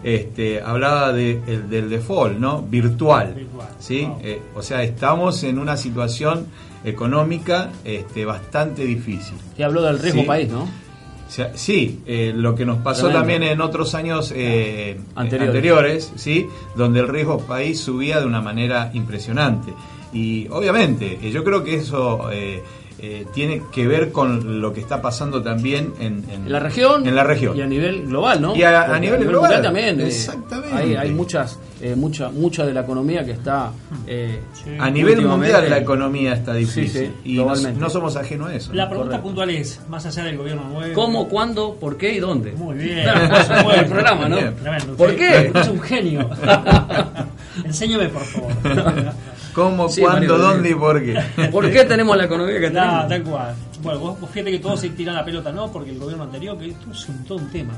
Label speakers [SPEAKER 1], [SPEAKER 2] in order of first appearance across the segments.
[SPEAKER 1] este, hablaba de- el- del default, ¿no? Virtual.
[SPEAKER 2] Virtual,
[SPEAKER 1] ¿sí?
[SPEAKER 2] wow.
[SPEAKER 1] Eh, o sea, estamos en una situación económica este, bastante difícil.
[SPEAKER 3] Que habló del riesgo
[SPEAKER 1] Sí.
[SPEAKER 3] país, ¿no?
[SPEAKER 1] O sea, sí, eh, lo que nos pasó
[SPEAKER 3] Tremendo.
[SPEAKER 1] también en otros años eh,
[SPEAKER 3] Anteriores.
[SPEAKER 1] anteriores. ¿sí? donde el riesgo país subía de una manera impresionante. Y obviamente, eh, yo creo que eso eh, eh, tiene que ver con lo que está pasando también en,
[SPEAKER 3] En la región.
[SPEAKER 1] En la región.
[SPEAKER 3] Y a nivel global, ¿no?
[SPEAKER 1] Y a- a
[SPEAKER 3] Porque
[SPEAKER 1] nivel global,
[SPEAKER 3] mundial también. eh,
[SPEAKER 1] exactamente.
[SPEAKER 3] hay hay muchas, eh, mucha, mucha de la economía que está. eh,
[SPEAKER 2] Sí.
[SPEAKER 1] A nivel mundial
[SPEAKER 3] Últimamente-
[SPEAKER 1] la economía está difícil
[SPEAKER 3] Sí, sí,
[SPEAKER 1] y no,
[SPEAKER 3] globalmente.
[SPEAKER 1] no somos ajenos a eso.
[SPEAKER 2] La pregunta
[SPEAKER 3] Correcto.
[SPEAKER 2] puntual es, más allá del gobierno nuevo...
[SPEAKER 3] ¿Cómo, cuándo, por qué y dónde?
[SPEAKER 2] Muy bien.
[SPEAKER 3] Bueno, el programa, ¿no?
[SPEAKER 1] Bien.
[SPEAKER 2] Tremendo.
[SPEAKER 3] ¿Por
[SPEAKER 2] Usted
[SPEAKER 3] qué?
[SPEAKER 2] Es un genio. Enséñame, por favor.
[SPEAKER 1] ¿Cómo,
[SPEAKER 3] Sí,
[SPEAKER 1] cuándo,
[SPEAKER 3] Mario,
[SPEAKER 1] dónde y
[SPEAKER 3] sí.
[SPEAKER 1] por qué?
[SPEAKER 3] ¿Por qué tenemos la economía que
[SPEAKER 2] Nah,
[SPEAKER 3] tenemos?
[SPEAKER 2] tal cual. Bueno, vos, vos fíjate que todos se tiran la pelota, ¿no? Porque el gobierno anterior, que esto es un, todo un tema.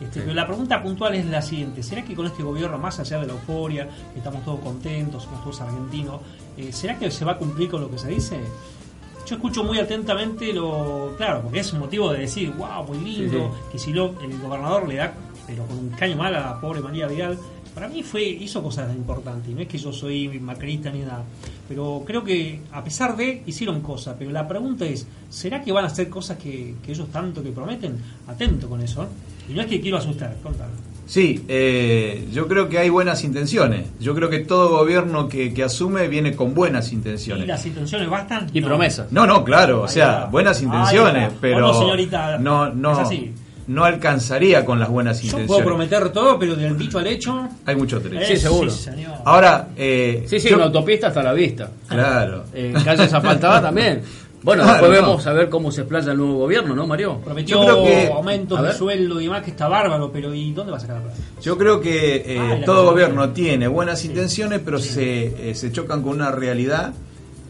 [SPEAKER 2] Este, pero La pregunta puntual es la siguiente. ¿Será que con este gobierno, más allá de la euforia, que estamos todos contentos, somos todos argentinos, eh, ¿será que se va a cumplir con lo que se dice? Yo escucho muy atentamente lo... Claro, porque es un motivo de decir, wow, muy lindo,
[SPEAKER 3] Sí,
[SPEAKER 2] que si lo, el gobernador le da, pero con un caño mal a la pobre María Vidal, para mí fue hizo cosas importantes. No es que yo soy macrista ni nada, pero creo que a pesar de, hicieron cosas. Pero la pregunta es, ¿será que van a hacer cosas que, que ellos tanto que prometen? Atento con eso. ¿eh? Y no es que quiero asustar, contame.
[SPEAKER 1] Sí, eh, yo creo que hay buenas intenciones. Yo creo que todo gobierno que, que asume viene con buenas
[SPEAKER 2] ¿Y
[SPEAKER 1] intenciones.
[SPEAKER 2] las intenciones bastan?
[SPEAKER 3] Y
[SPEAKER 2] No.
[SPEAKER 3] promesas.
[SPEAKER 1] No, no, claro, o
[SPEAKER 2] Ahí
[SPEAKER 1] sea,
[SPEAKER 2] va.
[SPEAKER 1] buenas
[SPEAKER 2] Ahí
[SPEAKER 1] intenciones,
[SPEAKER 2] va.
[SPEAKER 1] pero
[SPEAKER 2] Vamos, señorita,
[SPEAKER 1] no,
[SPEAKER 2] es
[SPEAKER 1] no,
[SPEAKER 2] así.
[SPEAKER 1] no alcanzaría con las buenas
[SPEAKER 2] Yo
[SPEAKER 1] intenciones.
[SPEAKER 2] puedo prometer todo, pero del dicho al hecho...
[SPEAKER 1] Hay mucho tres.
[SPEAKER 3] Sí,
[SPEAKER 2] eh,
[SPEAKER 3] seguro.
[SPEAKER 2] señor.
[SPEAKER 1] Ahora, eh,
[SPEAKER 3] Sí, sí,
[SPEAKER 1] yo-
[SPEAKER 3] una autopista hasta la vista.
[SPEAKER 1] claro,
[SPEAKER 3] Eh, calles asfaltadas también. Bueno,
[SPEAKER 1] Claro,
[SPEAKER 3] después
[SPEAKER 1] no.
[SPEAKER 3] vemos a ver cómo se explaya el nuevo gobierno, ¿no, Mario?
[SPEAKER 2] Prometió
[SPEAKER 1] Yo creo que-
[SPEAKER 2] aumentos
[SPEAKER 3] a
[SPEAKER 2] de
[SPEAKER 3] ver.
[SPEAKER 2] sueldo y demás, que está bárbaro, pero ¿y dónde va a sacar la plata?
[SPEAKER 1] yo creo que eh,
[SPEAKER 2] Ah, la
[SPEAKER 1] todo
[SPEAKER 2] economía.
[SPEAKER 1] gobierno tiene buenas intenciones, pero se, eh, se chocan con una realidad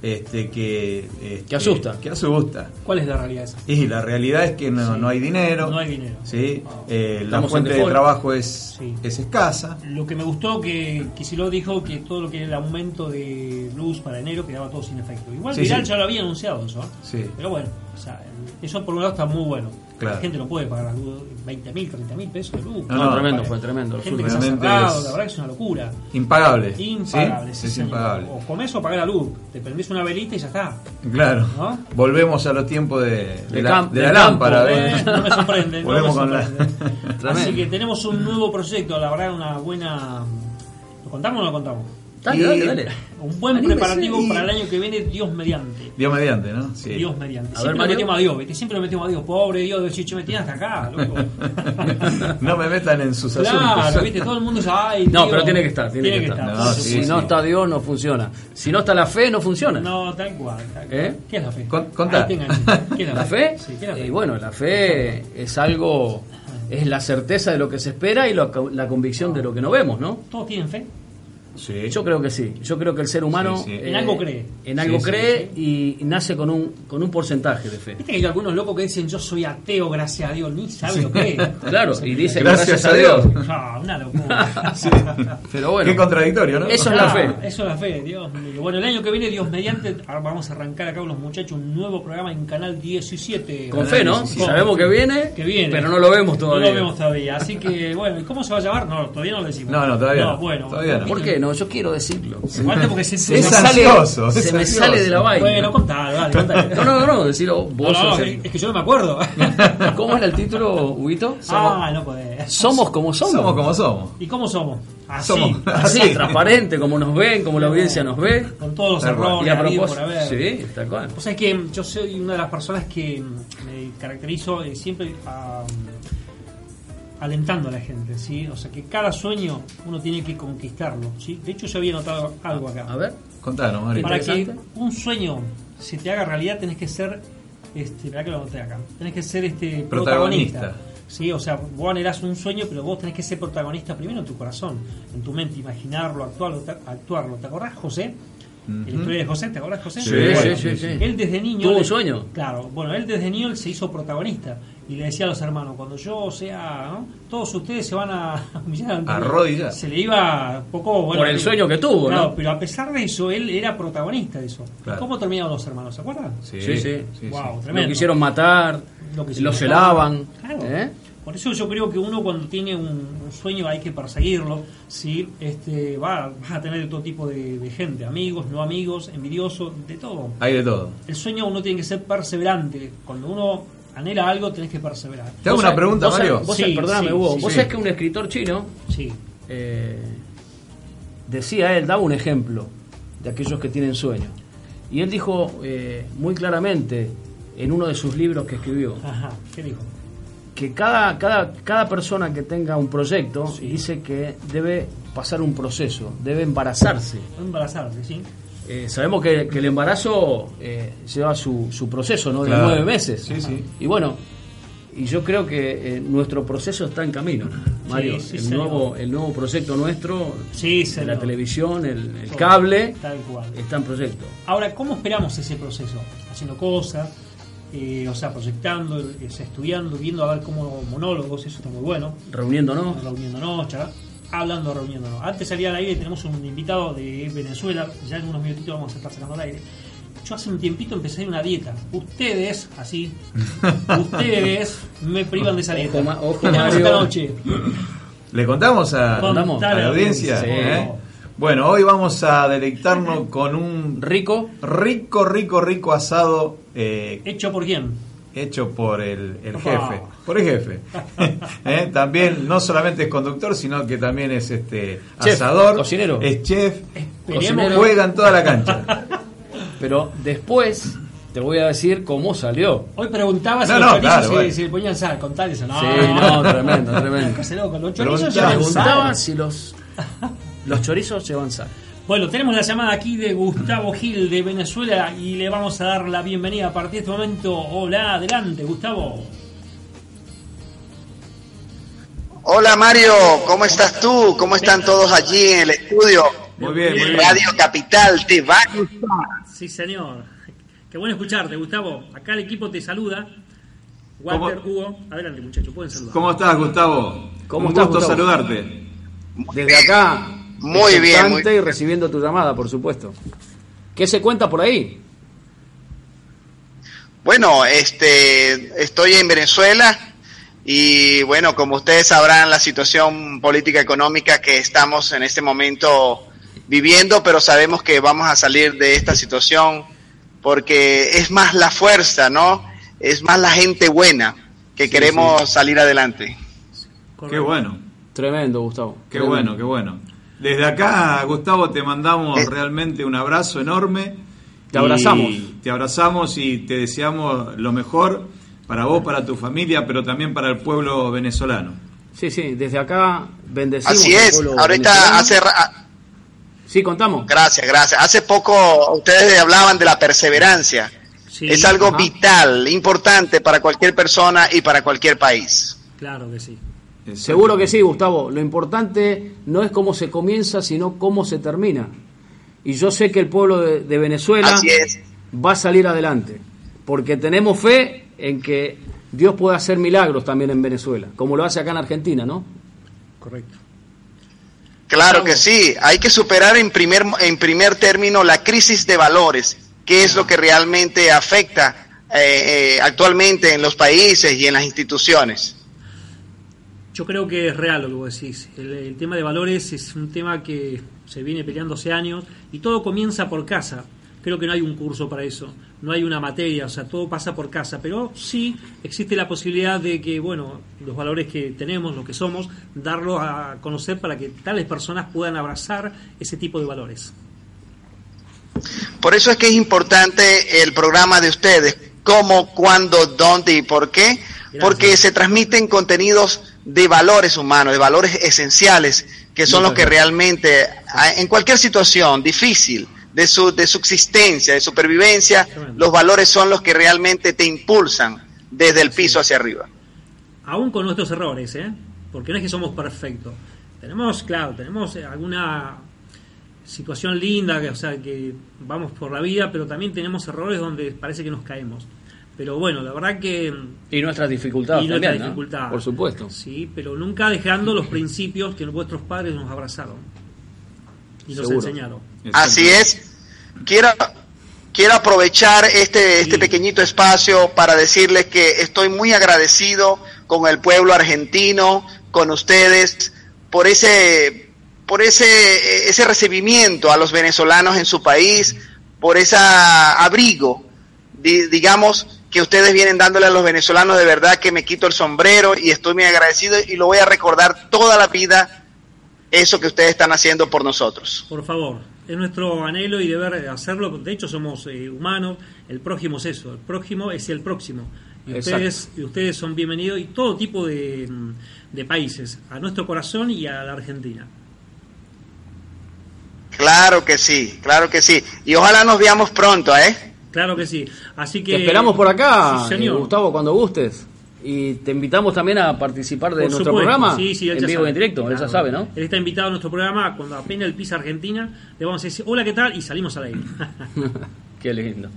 [SPEAKER 1] este, que, este,
[SPEAKER 3] Que asusta.
[SPEAKER 1] que asusta.
[SPEAKER 2] ¿Cuál es la realidad esa?
[SPEAKER 1] Y la realidad es que no,
[SPEAKER 2] Sí.
[SPEAKER 1] no hay dinero.
[SPEAKER 2] No hay dinero.
[SPEAKER 1] ¿sí?
[SPEAKER 2] Ah.
[SPEAKER 1] Eh, la
[SPEAKER 3] Estamos en
[SPEAKER 1] fuente de
[SPEAKER 3] default.
[SPEAKER 1] trabajo es,
[SPEAKER 2] Sí.
[SPEAKER 1] es escasa.
[SPEAKER 2] Lo que me gustó que Kicillof dijo que todo lo que era el aumento de luz para enero quedaba todo sin efecto. Igual
[SPEAKER 1] Sí,
[SPEAKER 2] Vidal
[SPEAKER 1] sí.
[SPEAKER 2] ya lo había anunciado eso. ¿eh?
[SPEAKER 1] Sí.
[SPEAKER 2] Pero bueno, o sea, eso por un lado está muy bueno.
[SPEAKER 1] Claro.
[SPEAKER 2] La gente no puede pagar la luz, 20 mil, 30 mil pesos de luz.
[SPEAKER 1] No, no,
[SPEAKER 3] tremendo,
[SPEAKER 2] Vale.
[SPEAKER 3] fue tremendo.
[SPEAKER 2] Gente que se ha
[SPEAKER 1] Realmente
[SPEAKER 2] cerrado,
[SPEAKER 1] es-
[SPEAKER 2] la verdad que es una locura.
[SPEAKER 1] Impagable. ¿sí?
[SPEAKER 2] Impagable, sí,
[SPEAKER 1] Es
[SPEAKER 2] señor.
[SPEAKER 1] impagable.
[SPEAKER 2] O comés o pagás la luz. Te prendés una velita y ya está.
[SPEAKER 1] Claro.
[SPEAKER 2] ¿No?
[SPEAKER 1] Volvemos a los tiempos de, de
[SPEAKER 3] Del
[SPEAKER 1] la,
[SPEAKER 3] camp-
[SPEAKER 1] de
[SPEAKER 3] del
[SPEAKER 1] la
[SPEAKER 3] campo,
[SPEAKER 1] lámpara.
[SPEAKER 2] Eh,
[SPEAKER 1] ¿ves?
[SPEAKER 2] no me sorprende. no me
[SPEAKER 1] Volvemos con la-
[SPEAKER 2] sorprende. Así
[SPEAKER 3] Tremendo.
[SPEAKER 2] que tenemos un nuevo proyecto, la verdad, una buena. ¿Lo contamos o no lo contamos?
[SPEAKER 3] Dale, dale, dale.
[SPEAKER 2] Un buen
[SPEAKER 3] Anímese
[SPEAKER 2] preparativo
[SPEAKER 3] y-
[SPEAKER 2] para el año que viene, Dios mediante.
[SPEAKER 1] Dios mediante, ¿no? Sí.
[SPEAKER 2] Dios mediante.
[SPEAKER 3] A
[SPEAKER 2] Siempre
[SPEAKER 3] ver,
[SPEAKER 2] lo
[SPEAKER 3] Mario.
[SPEAKER 2] metemos a Dios, ¿viste? Siempre lo metemos a Dios. Pobre Dios, de chicho, me tienen hasta acá, loco.
[SPEAKER 1] no me metan en sus
[SPEAKER 2] claro,
[SPEAKER 1] asuntos.
[SPEAKER 2] ¿viste? Todo el mundo ya. ay,
[SPEAKER 3] No,
[SPEAKER 2] Dios.
[SPEAKER 3] pero tiene que estar, tiene, que, estar.
[SPEAKER 1] No,
[SPEAKER 2] Sí,
[SPEAKER 3] si
[SPEAKER 1] sí,
[SPEAKER 3] no
[SPEAKER 1] sí.
[SPEAKER 3] está Dios, no funciona. Si no está la fe, no funciona.
[SPEAKER 2] No, tal cual. tal cual.
[SPEAKER 3] ¿Eh?
[SPEAKER 2] ¿Qué es la fe?
[SPEAKER 1] Con- contá.
[SPEAKER 2] Ahí te enganché. ¿Qué es
[SPEAKER 3] ¿La fe?
[SPEAKER 2] Sí, ¿qué es la fe?
[SPEAKER 3] Y bueno, la fe es algo, es la certeza de lo que se espera y lo- la convicción de lo que no vemos, ¿no?
[SPEAKER 2] ¿Todos tienen fe?
[SPEAKER 1] Sí.
[SPEAKER 3] Yo creo que sí. Yo creo que el ser humano eh,
[SPEAKER 1] Sí, sí.
[SPEAKER 2] En algo cree.
[SPEAKER 3] En algo
[SPEAKER 1] Sí, sí,
[SPEAKER 3] cree y nace con un con un porcentaje de fe.
[SPEAKER 2] Viste que hay algunos locos que dicen yo soy ateo, gracias a Dios, ni sabe lo que es.
[SPEAKER 3] Claro, y dice
[SPEAKER 1] Gracias
[SPEAKER 3] gracias,
[SPEAKER 1] a
[SPEAKER 3] a Dios.
[SPEAKER 1] Dios.
[SPEAKER 2] Ah, una locura.
[SPEAKER 3] Pero bueno,
[SPEAKER 1] Qué contradictorio, ¿no?
[SPEAKER 3] Eso es la
[SPEAKER 2] Ah,
[SPEAKER 3] fe.
[SPEAKER 2] Eso es la fe, Dios mío. Bueno, el año que viene, Dios mediante, ah, vamos a arrancar acá con los muchachos un nuevo programa en Canal 17.
[SPEAKER 3] con fe, ¿no?
[SPEAKER 2] Con-
[SPEAKER 3] Sabemos que viene,
[SPEAKER 2] que viene.
[SPEAKER 3] pero no lo vemos todavía.
[SPEAKER 2] No lo vemos todavía. Así que, bueno, ¿y cómo se va a llamar? No, todavía no lo decimos.
[SPEAKER 1] No, no, todavía no.
[SPEAKER 2] bueno.
[SPEAKER 1] Todavía no.
[SPEAKER 3] ¿Por qué? No, yo quiero decirlo.
[SPEAKER 2] Aguante porque se,
[SPEAKER 3] me
[SPEAKER 1] Es
[SPEAKER 2] se-
[SPEAKER 3] sale-
[SPEAKER 1] ansioso,
[SPEAKER 3] se
[SPEAKER 1] es
[SPEAKER 3] me
[SPEAKER 1] ansioso.
[SPEAKER 3] sale de la vaina.
[SPEAKER 2] Bueno, contá, dale, contá.
[SPEAKER 3] No, no, no, no, decirlo vos.
[SPEAKER 2] No, no,
[SPEAKER 3] sos
[SPEAKER 2] es
[SPEAKER 3] el-
[SPEAKER 2] que yo no me acuerdo.
[SPEAKER 3] ¿Cómo era el título, Huguito?
[SPEAKER 2] ah, no podés.
[SPEAKER 3] Somos como somos.
[SPEAKER 1] Somos como somos.
[SPEAKER 2] ¿Y cómo somos? Así.
[SPEAKER 1] Somos
[SPEAKER 3] Así, transparente, como nos ven, como la audiencia nos ve.
[SPEAKER 2] Con todos los
[SPEAKER 1] Tal cual.
[SPEAKER 2] errores,
[SPEAKER 3] Y a
[SPEAKER 2] habidos por
[SPEAKER 3] propósito,
[SPEAKER 2] haber.
[SPEAKER 3] sí, tal cual.
[SPEAKER 2] O sea, es que mm, yo soy una de las personas que mm, me caracterizo eh, siempre ah, mm, alentando a la gente, ¿sí? O sea, que cada sueño uno tiene que conquistarlo, ¿sí? De hecho, yo había notado algo acá.
[SPEAKER 3] A ver,
[SPEAKER 1] Contanos, Mario.
[SPEAKER 2] Para que
[SPEAKER 3] interesante.
[SPEAKER 2] un sueño se te haga realidad tenés que ser, este, mirá que lo noté acá, tenés que ser este
[SPEAKER 1] Protagonista.
[SPEAKER 2] protagonista. Sí, o sea, vos anhelás un sueño, pero vos tenés que ser protagonista primero en tu corazón, en tu mente, imaginarlo, actuarlo, ta- actuarlo. ¿Te acordás, José? El historia de José, ¿te acordás, José?
[SPEAKER 3] Sí,
[SPEAKER 1] Bueno,
[SPEAKER 3] sí, sí,
[SPEAKER 1] sí.
[SPEAKER 3] sí.
[SPEAKER 2] Él desde niño.
[SPEAKER 3] Tuvo
[SPEAKER 2] él-
[SPEAKER 3] un sueño.
[SPEAKER 2] Claro, bueno, él desde niño él se hizo protagonista y le decía a los hermanos: cuando yo sea, ¿no? todos ustedes se van a humillar ante mí".
[SPEAKER 1] Arrodillar.
[SPEAKER 2] Se le iba poco. Bueno,
[SPEAKER 3] Por el
[SPEAKER 2] pero-
[SPEAKER 3] sueño que tuvo,
[SPEAKER 2] Claro,
[SPEAKER 3] ¿no?
[SPEAKER 2] pero a pesar de eso, él era protagonista de eso.
[SPEAKER 1] Claro.
[SPEAKER 2] ¿Cómo terminaron los hermanos? ¿Se acuerdan?
[SPEAKER 1] Sí,
[SPEAKER 3] Sí, sí.
[SPEAKER 2] Wow,
[SPEAKER 3] Lo
[SPEAKER 2] tremendo.
[SPEAKER 3] quisieron matar,
[SPEAKER 2] Lo que se
[SPEAKER 3] lo
[SPEAKER 2] mataron.
[SPEAKER 3] celaban.
[SPEAKER 2] Claro.
[SPEAKER 3] ¿eh?
[SPEAKER 2] Por eso yo creo que uno cuando tiene un, un sueño hay que perseguirlo, ¿sí? este, va, vas a tener de todo tipo de, de gente, amigos, no amigos, envidiosos, de todo.
[SPEAKER 1] Hay de todo.
[SPEAKER 2] El sueño uno tiene que ser perseverante. Cuando uno anhela algo, tenés que perseverar.
[SPEAKER 1] Te hago
[SPEAKER 3] Vos
[SPEAKER 1] una
[SPEAKER 3] sabés-
[SPEAKER 1] pregunta,
[SPEAKER 3] vos
[SPEAKER 1] Mario.
[SPEAKER 3] sabés- Vos
[SPEAKER 2] Sí,
[SPEAKER 3] sabés- perdóname,
[SPEAKER 2] sí,
[SPEAKER 3] Hugo,
[SPEAKER 2] sí,
[SPEAKER 3] vos
[SPEAKER 1] sí.
[SPEAKER 3] sabés que un escritor chino
[SPEAKER 2] Sí,
[SPEAKER 3] eh, decía él, daba un ejemplo de aquellos que tienen sueños. Y él dijo eh, muy claramente en uno de sus libros que escribió
[SPEAKER 2] ajá, ¿qué dijo?
[SPEAKER 3] que cada, cada, cada persona que tenga un proyecto dice que debe pasar un proceso, debe embarazarse.
[SPEAKER 2] Embarazarse, ¿sí?
[SPEAKER 3] Eh, sabemos que, que el embarazo eh, lleva su, su proceso, ¿no? De
[SPEAKER 1] Claro.
[SPEAKER 3] nueve meses.
[SPEAKER 1] Sí, sí.
[SPEAKER 3] Y bueno, y yo creo que eh, nuestro proceso está en camino, Mario.
[SPEAKER 2] Sí, sí,
[SPEAKER 3] el,
[SPEAKER 2] señor.
[SPEAKER 3] nuevo, el nuevo proyecto nuestro,
[SPEAKER 2] Sí,
[SPEAKER 3] de
[SPEAKER 2] señor.
[SPEAKER 3] la televisión, el, el
[SPEAKER 2] Todo,
[SPEAKER 3] cable,
[SPEAKER 2] Tal cual.
[SPEAKER 3] está en proyecto.
[SPEAKER 2] Ahora, ¿cómo esperamos ese proceso? Haciendo cosas, eh, o sea, proyectando, eh, estudiando, viendo a ver cómo monólogos, eso está muy bueno.
[SPEAKER 3] Reuniéndonos.
[SPEAKER 2] reuniéndonos, charla- hablando, reuniéndonos. Antes de salir al aire tenemos un invitado de Venezuela, ya en unos minutitos vamos a estar sacando al aire. Yo hace un tiempito empecé una dieta. Ustedes, así, ustedes me privan de esa dieta.
[SPEAKER 3] Ojo, Ma- ojo,
[SPEAKER 2] Tenemos
[SPEAKER 3] Mario.
[SPEAKER 2] esta noche.
[SPEAKER 1] ¿Le contamos a,
[SPEAKER 3] Contamos.
[SPEAKER 1] a la audiencia?
[SPEAKER 3] Sí.
[SPEAKER 1] ¿eh? Bueno, hoy vamos a deleitarnos con un
[SPEAKER 3] Rico,
[SPEAKER 1] rico, rico, rico asado eh,
[SPEAKER 2] ¿Hecho por quién?
[SPEAKER 1] hecho por el, el
[SPEAKER 2] Opa.
[SPEAKER 1] jefe, por el jefe. Eh, También no solamente es conductor, sino que también es este
[SPEAKER 3] Chef,
[SPEAKER 1] asador,
[SPEAKER 3] cocinero.
[SPEAKER 1] es chef,
[SPEAKER 2] Esperemos
[SPEAKER 3] Cocinero.
[SPEAKER 1] juega en toda la cancha.
[SPEAKER 3] pero después te voy a decir cómo salió.
[SPEAKER 2] Hoy preguntaba si
[SPEAKER 1] No,
[SPEAKER 2] los
[SPEAKER 1] no,
[SPEAKER 2] chorizos
[SPEAKER 1] claro,
[SPEAKER 2] se,
[SPEAKER 1] bueno.
[SPEAKER 2] se le ponían sal, contale eso. No,
[SPEAKER 3] Sí, no, tremendo, tremendo.
[SPEAKER 2] Póngase loco, los chorizos
[SPEAKER 1] Preguntaba-
[SPEAKER 2] llevan sal.
[SPEAKER 3] Preguntaba si los, los chorizos llevan sal.
[SPEAKER 2] Bueno, tenemos la llamada aquí de Gustavo Gil de Venezuela y le vamos a dar la bienvenida a partir de este momento. Hola, adelante, Gustavo.
[SPEAKER 4] Hola Mario, ¿cómo estás tú? ¿Cómo están todos allí en el estudio?
[SPEAKER 1] Muy bien, muy bien.
[SPEAKER 4] Radio Capital, te va a gustar.
[SPEAKER 2] Sí, señor. Qué bueno escucharte, Gustavo. Acá el equipo te saluda. Walter,
[SPEAKER 1] ¿Cómo?
[SPEAKER 2] Hugo, adelante, muchachos, pueden saludar.
[SPEAKER 1] ¿Cómo estás, Gustavo?
[SPEAKER 3] ¿Cómo
[SPEAKER 1] un
[SPEAKER 3] estás,
[SPEAKER 1] gusto
[SPEAKER 3] Gustavo?
[SPEAKER 1] saludarte.
[SPEAKER 3] Desde acá,
[SPEAKER 4] Muy bien,
[SPEAKER 3] expectante
[SPEAKER 4] muy bien.
[SPEAKER 3] y recibiendo tu llamada, por supuesto. ¿Qué se cuenta por ahí?
[SPEAKER 4] Bueno, este, estoy en Venezuela y bueno, como ustedes sabrán, la situación política económica que estamos en este momento viviendo, pero sabemos que vamos a salir de esta situación porque es más la fuerza, ¿no? Es más la gente buena que queremos salir adelante.
[SPEAKER 1] Qué bueno,
[SPEAKER 3] Tremendo, Gustavo.
[SPEAKER 1] qué
[SPEAKER 3] Tremendo.
[SPEAKER 1] bueno, qué bueno. Desde acá, Gustavo, te mandamos
[SPEAKER 4] Eh.
[SPEAKER 1] realmente un abrazo enorme.
[SPEAKER 3] Te abrazamos.
[SPEAKER 1] Y Te abrazamos y te deseamos lo mejor para vos, para tu familia, pero también para el pueblo venezolano.
[SPEAKER 3] Sí, sí, desde acá bendecimos.
[SPEAKER 4] Así
[SPEAKER 3] al
[SPEAKER 4] es,
[SPEAKER 3] pueblo venezolano.
[SPEAKER 4] ahorita hace... ra- ah,
[SPEAKER 3] Sí, contamos.
[SPEAKER 4] Gracias, gracias. Hace poco ustedes hablaban de la perseverancia.
[SPEAKER 2] Sí,
[SPEAKER 4] es algo
[SPEAKER 3] ajá.
[SPEAKER 4] vital, importante para cualquier persona y para cualquier país.
[SPEAKER 2] Claro que sí.
[SPEAKER 3] Seguro que sí, Gustavo. Lo importante no es cómo se comienza, sino cómo se termina. Y yo sé que el pueblo de, de Venezuela
[SPEAKER 4] Así es.
[SPEAKER 3] va a salir adelante, porque tenemos fe en que Dios puede hacer milagros también en Venezuela, como lo hace acá en Argentina, ¿no?
[SPEAKER 2] Correcto.
[SPEAKER 4] Claro que sí, hay que superar en primer, en primer término la crisis de valores, que es lo que realmente afecta eh, eh, actualmente en los países y en las instituciones.
[SPEAKER 2] Yo creo que es real lo que vos decís. El, el tema de valores es un tema que se viene peleando hace años y todo comienza por casa. Creo que no hay un curso para eso, no hay una materia, o sea, todo pasa por casa, pero sí existe la posibilidad de que, bueno, los valores que tenemos, lo que somos, darlos a conocer para que tales personas puedan abrazar ese tipo de valores.
[SPEAKER 4] Por eso es que es importante el programa de ustedes, cómo, cuándo, dónde y por qué, porque se transmiten contenidos de valores humanos, de valores esenciales, que son los que realmente, a- en cualquier situación difícil de, su, de subsistencia, de supervivencia, los valores son los que realmente te impulsan desde el piso hacia arriba.
[SPEAKER 2] aún con nuestros errores, ¿eh? porque no es que somos perfectos. Tenemos, claro, tenemos eh, alguna situación linda, que, o sea, que vamos por la vida, pero también tenemos errores donde parece que nos caemos. Pero bueno, la verdad que... mm,
[SPEAKER 3] Y nuestras dificultades
[SPEAKER 2] y
[SPEAKER 3] también,
[SPEAKER 2] nuestra
[SPEAKER 3] ¿no?
[SPEAKER 2] dificultad.
[SPEAKER 3] Por supuesto.
[SPEAKER 2] Sí, pero nunca dejando los principios que vuestros padres nos abrazaron y nos
[SPEAKER 3] Seguro.
[SPEAKER 2] enseñaron.
[SPEAKER 4] Así es. Quiero, quiero aprovechar este, este pequeñito espacio para decirles que estoy muy agradecido con el pueblo argentino, con ustedes, por ese, por ese, ese recibimiento a los venezolanos en su país, por ese abrigo, di- digamos, que ustedes vienen dándole a los venezolanos de verdad que me quito el sombrero y estoy muy agradecido y lo voy a recordar toda la vida eso que ustedes están haciendo por nosotros.
[SPEAKER 2] Por favor, es nuestro anhelo y deber hacerlo. De hecho, somos eh, humanos. El prójimo es eso. El prójimo es el próximo. Y
[SPEAKER 3] Exacto.
[SPEAKER 2] ustedes, y ustedes son bienvenidos y todo tipo de, mm, de países, a nuestro corazón y a la Argentina.
[SPEAKER 4] Claro que sí, claro que sí. Y ojalá nos veamos pronto, ¿eh?
[SPEAKER 2] Claro que sí. Así que
[SPEAKER 3] Te esperamos por acá,
[SPEAKER 2] Sí, señor.
[SPEAKER 3] eh, Gustavo, cuando gustes. Y te invitamos también a participar de
[SPEAKER 2] Por
[SPEAKER 3] nuestro
[SPEAKER 2] supuesto.
[SPEAKER 3] programa
[SPEAKER 2] Sí, sí, él
[SPEAKER 3] en
[SPEAKER 2] ya
[SPEAKER 3] vivo
[SPEAKER 2] sabe.
[SPEAKER 3] y en directo. Él ya
[SPEAKER 2] Claro.
[SPEAKER 3] sabe, ¿no?
[SPEAKER 2] Él está invitado a nuestro programa cuando apenas el pisa Argentina. Le vamos a decir, hola, ¿qué tal? Y salimos al aire.
[SPEAKER 3] Qué lindo.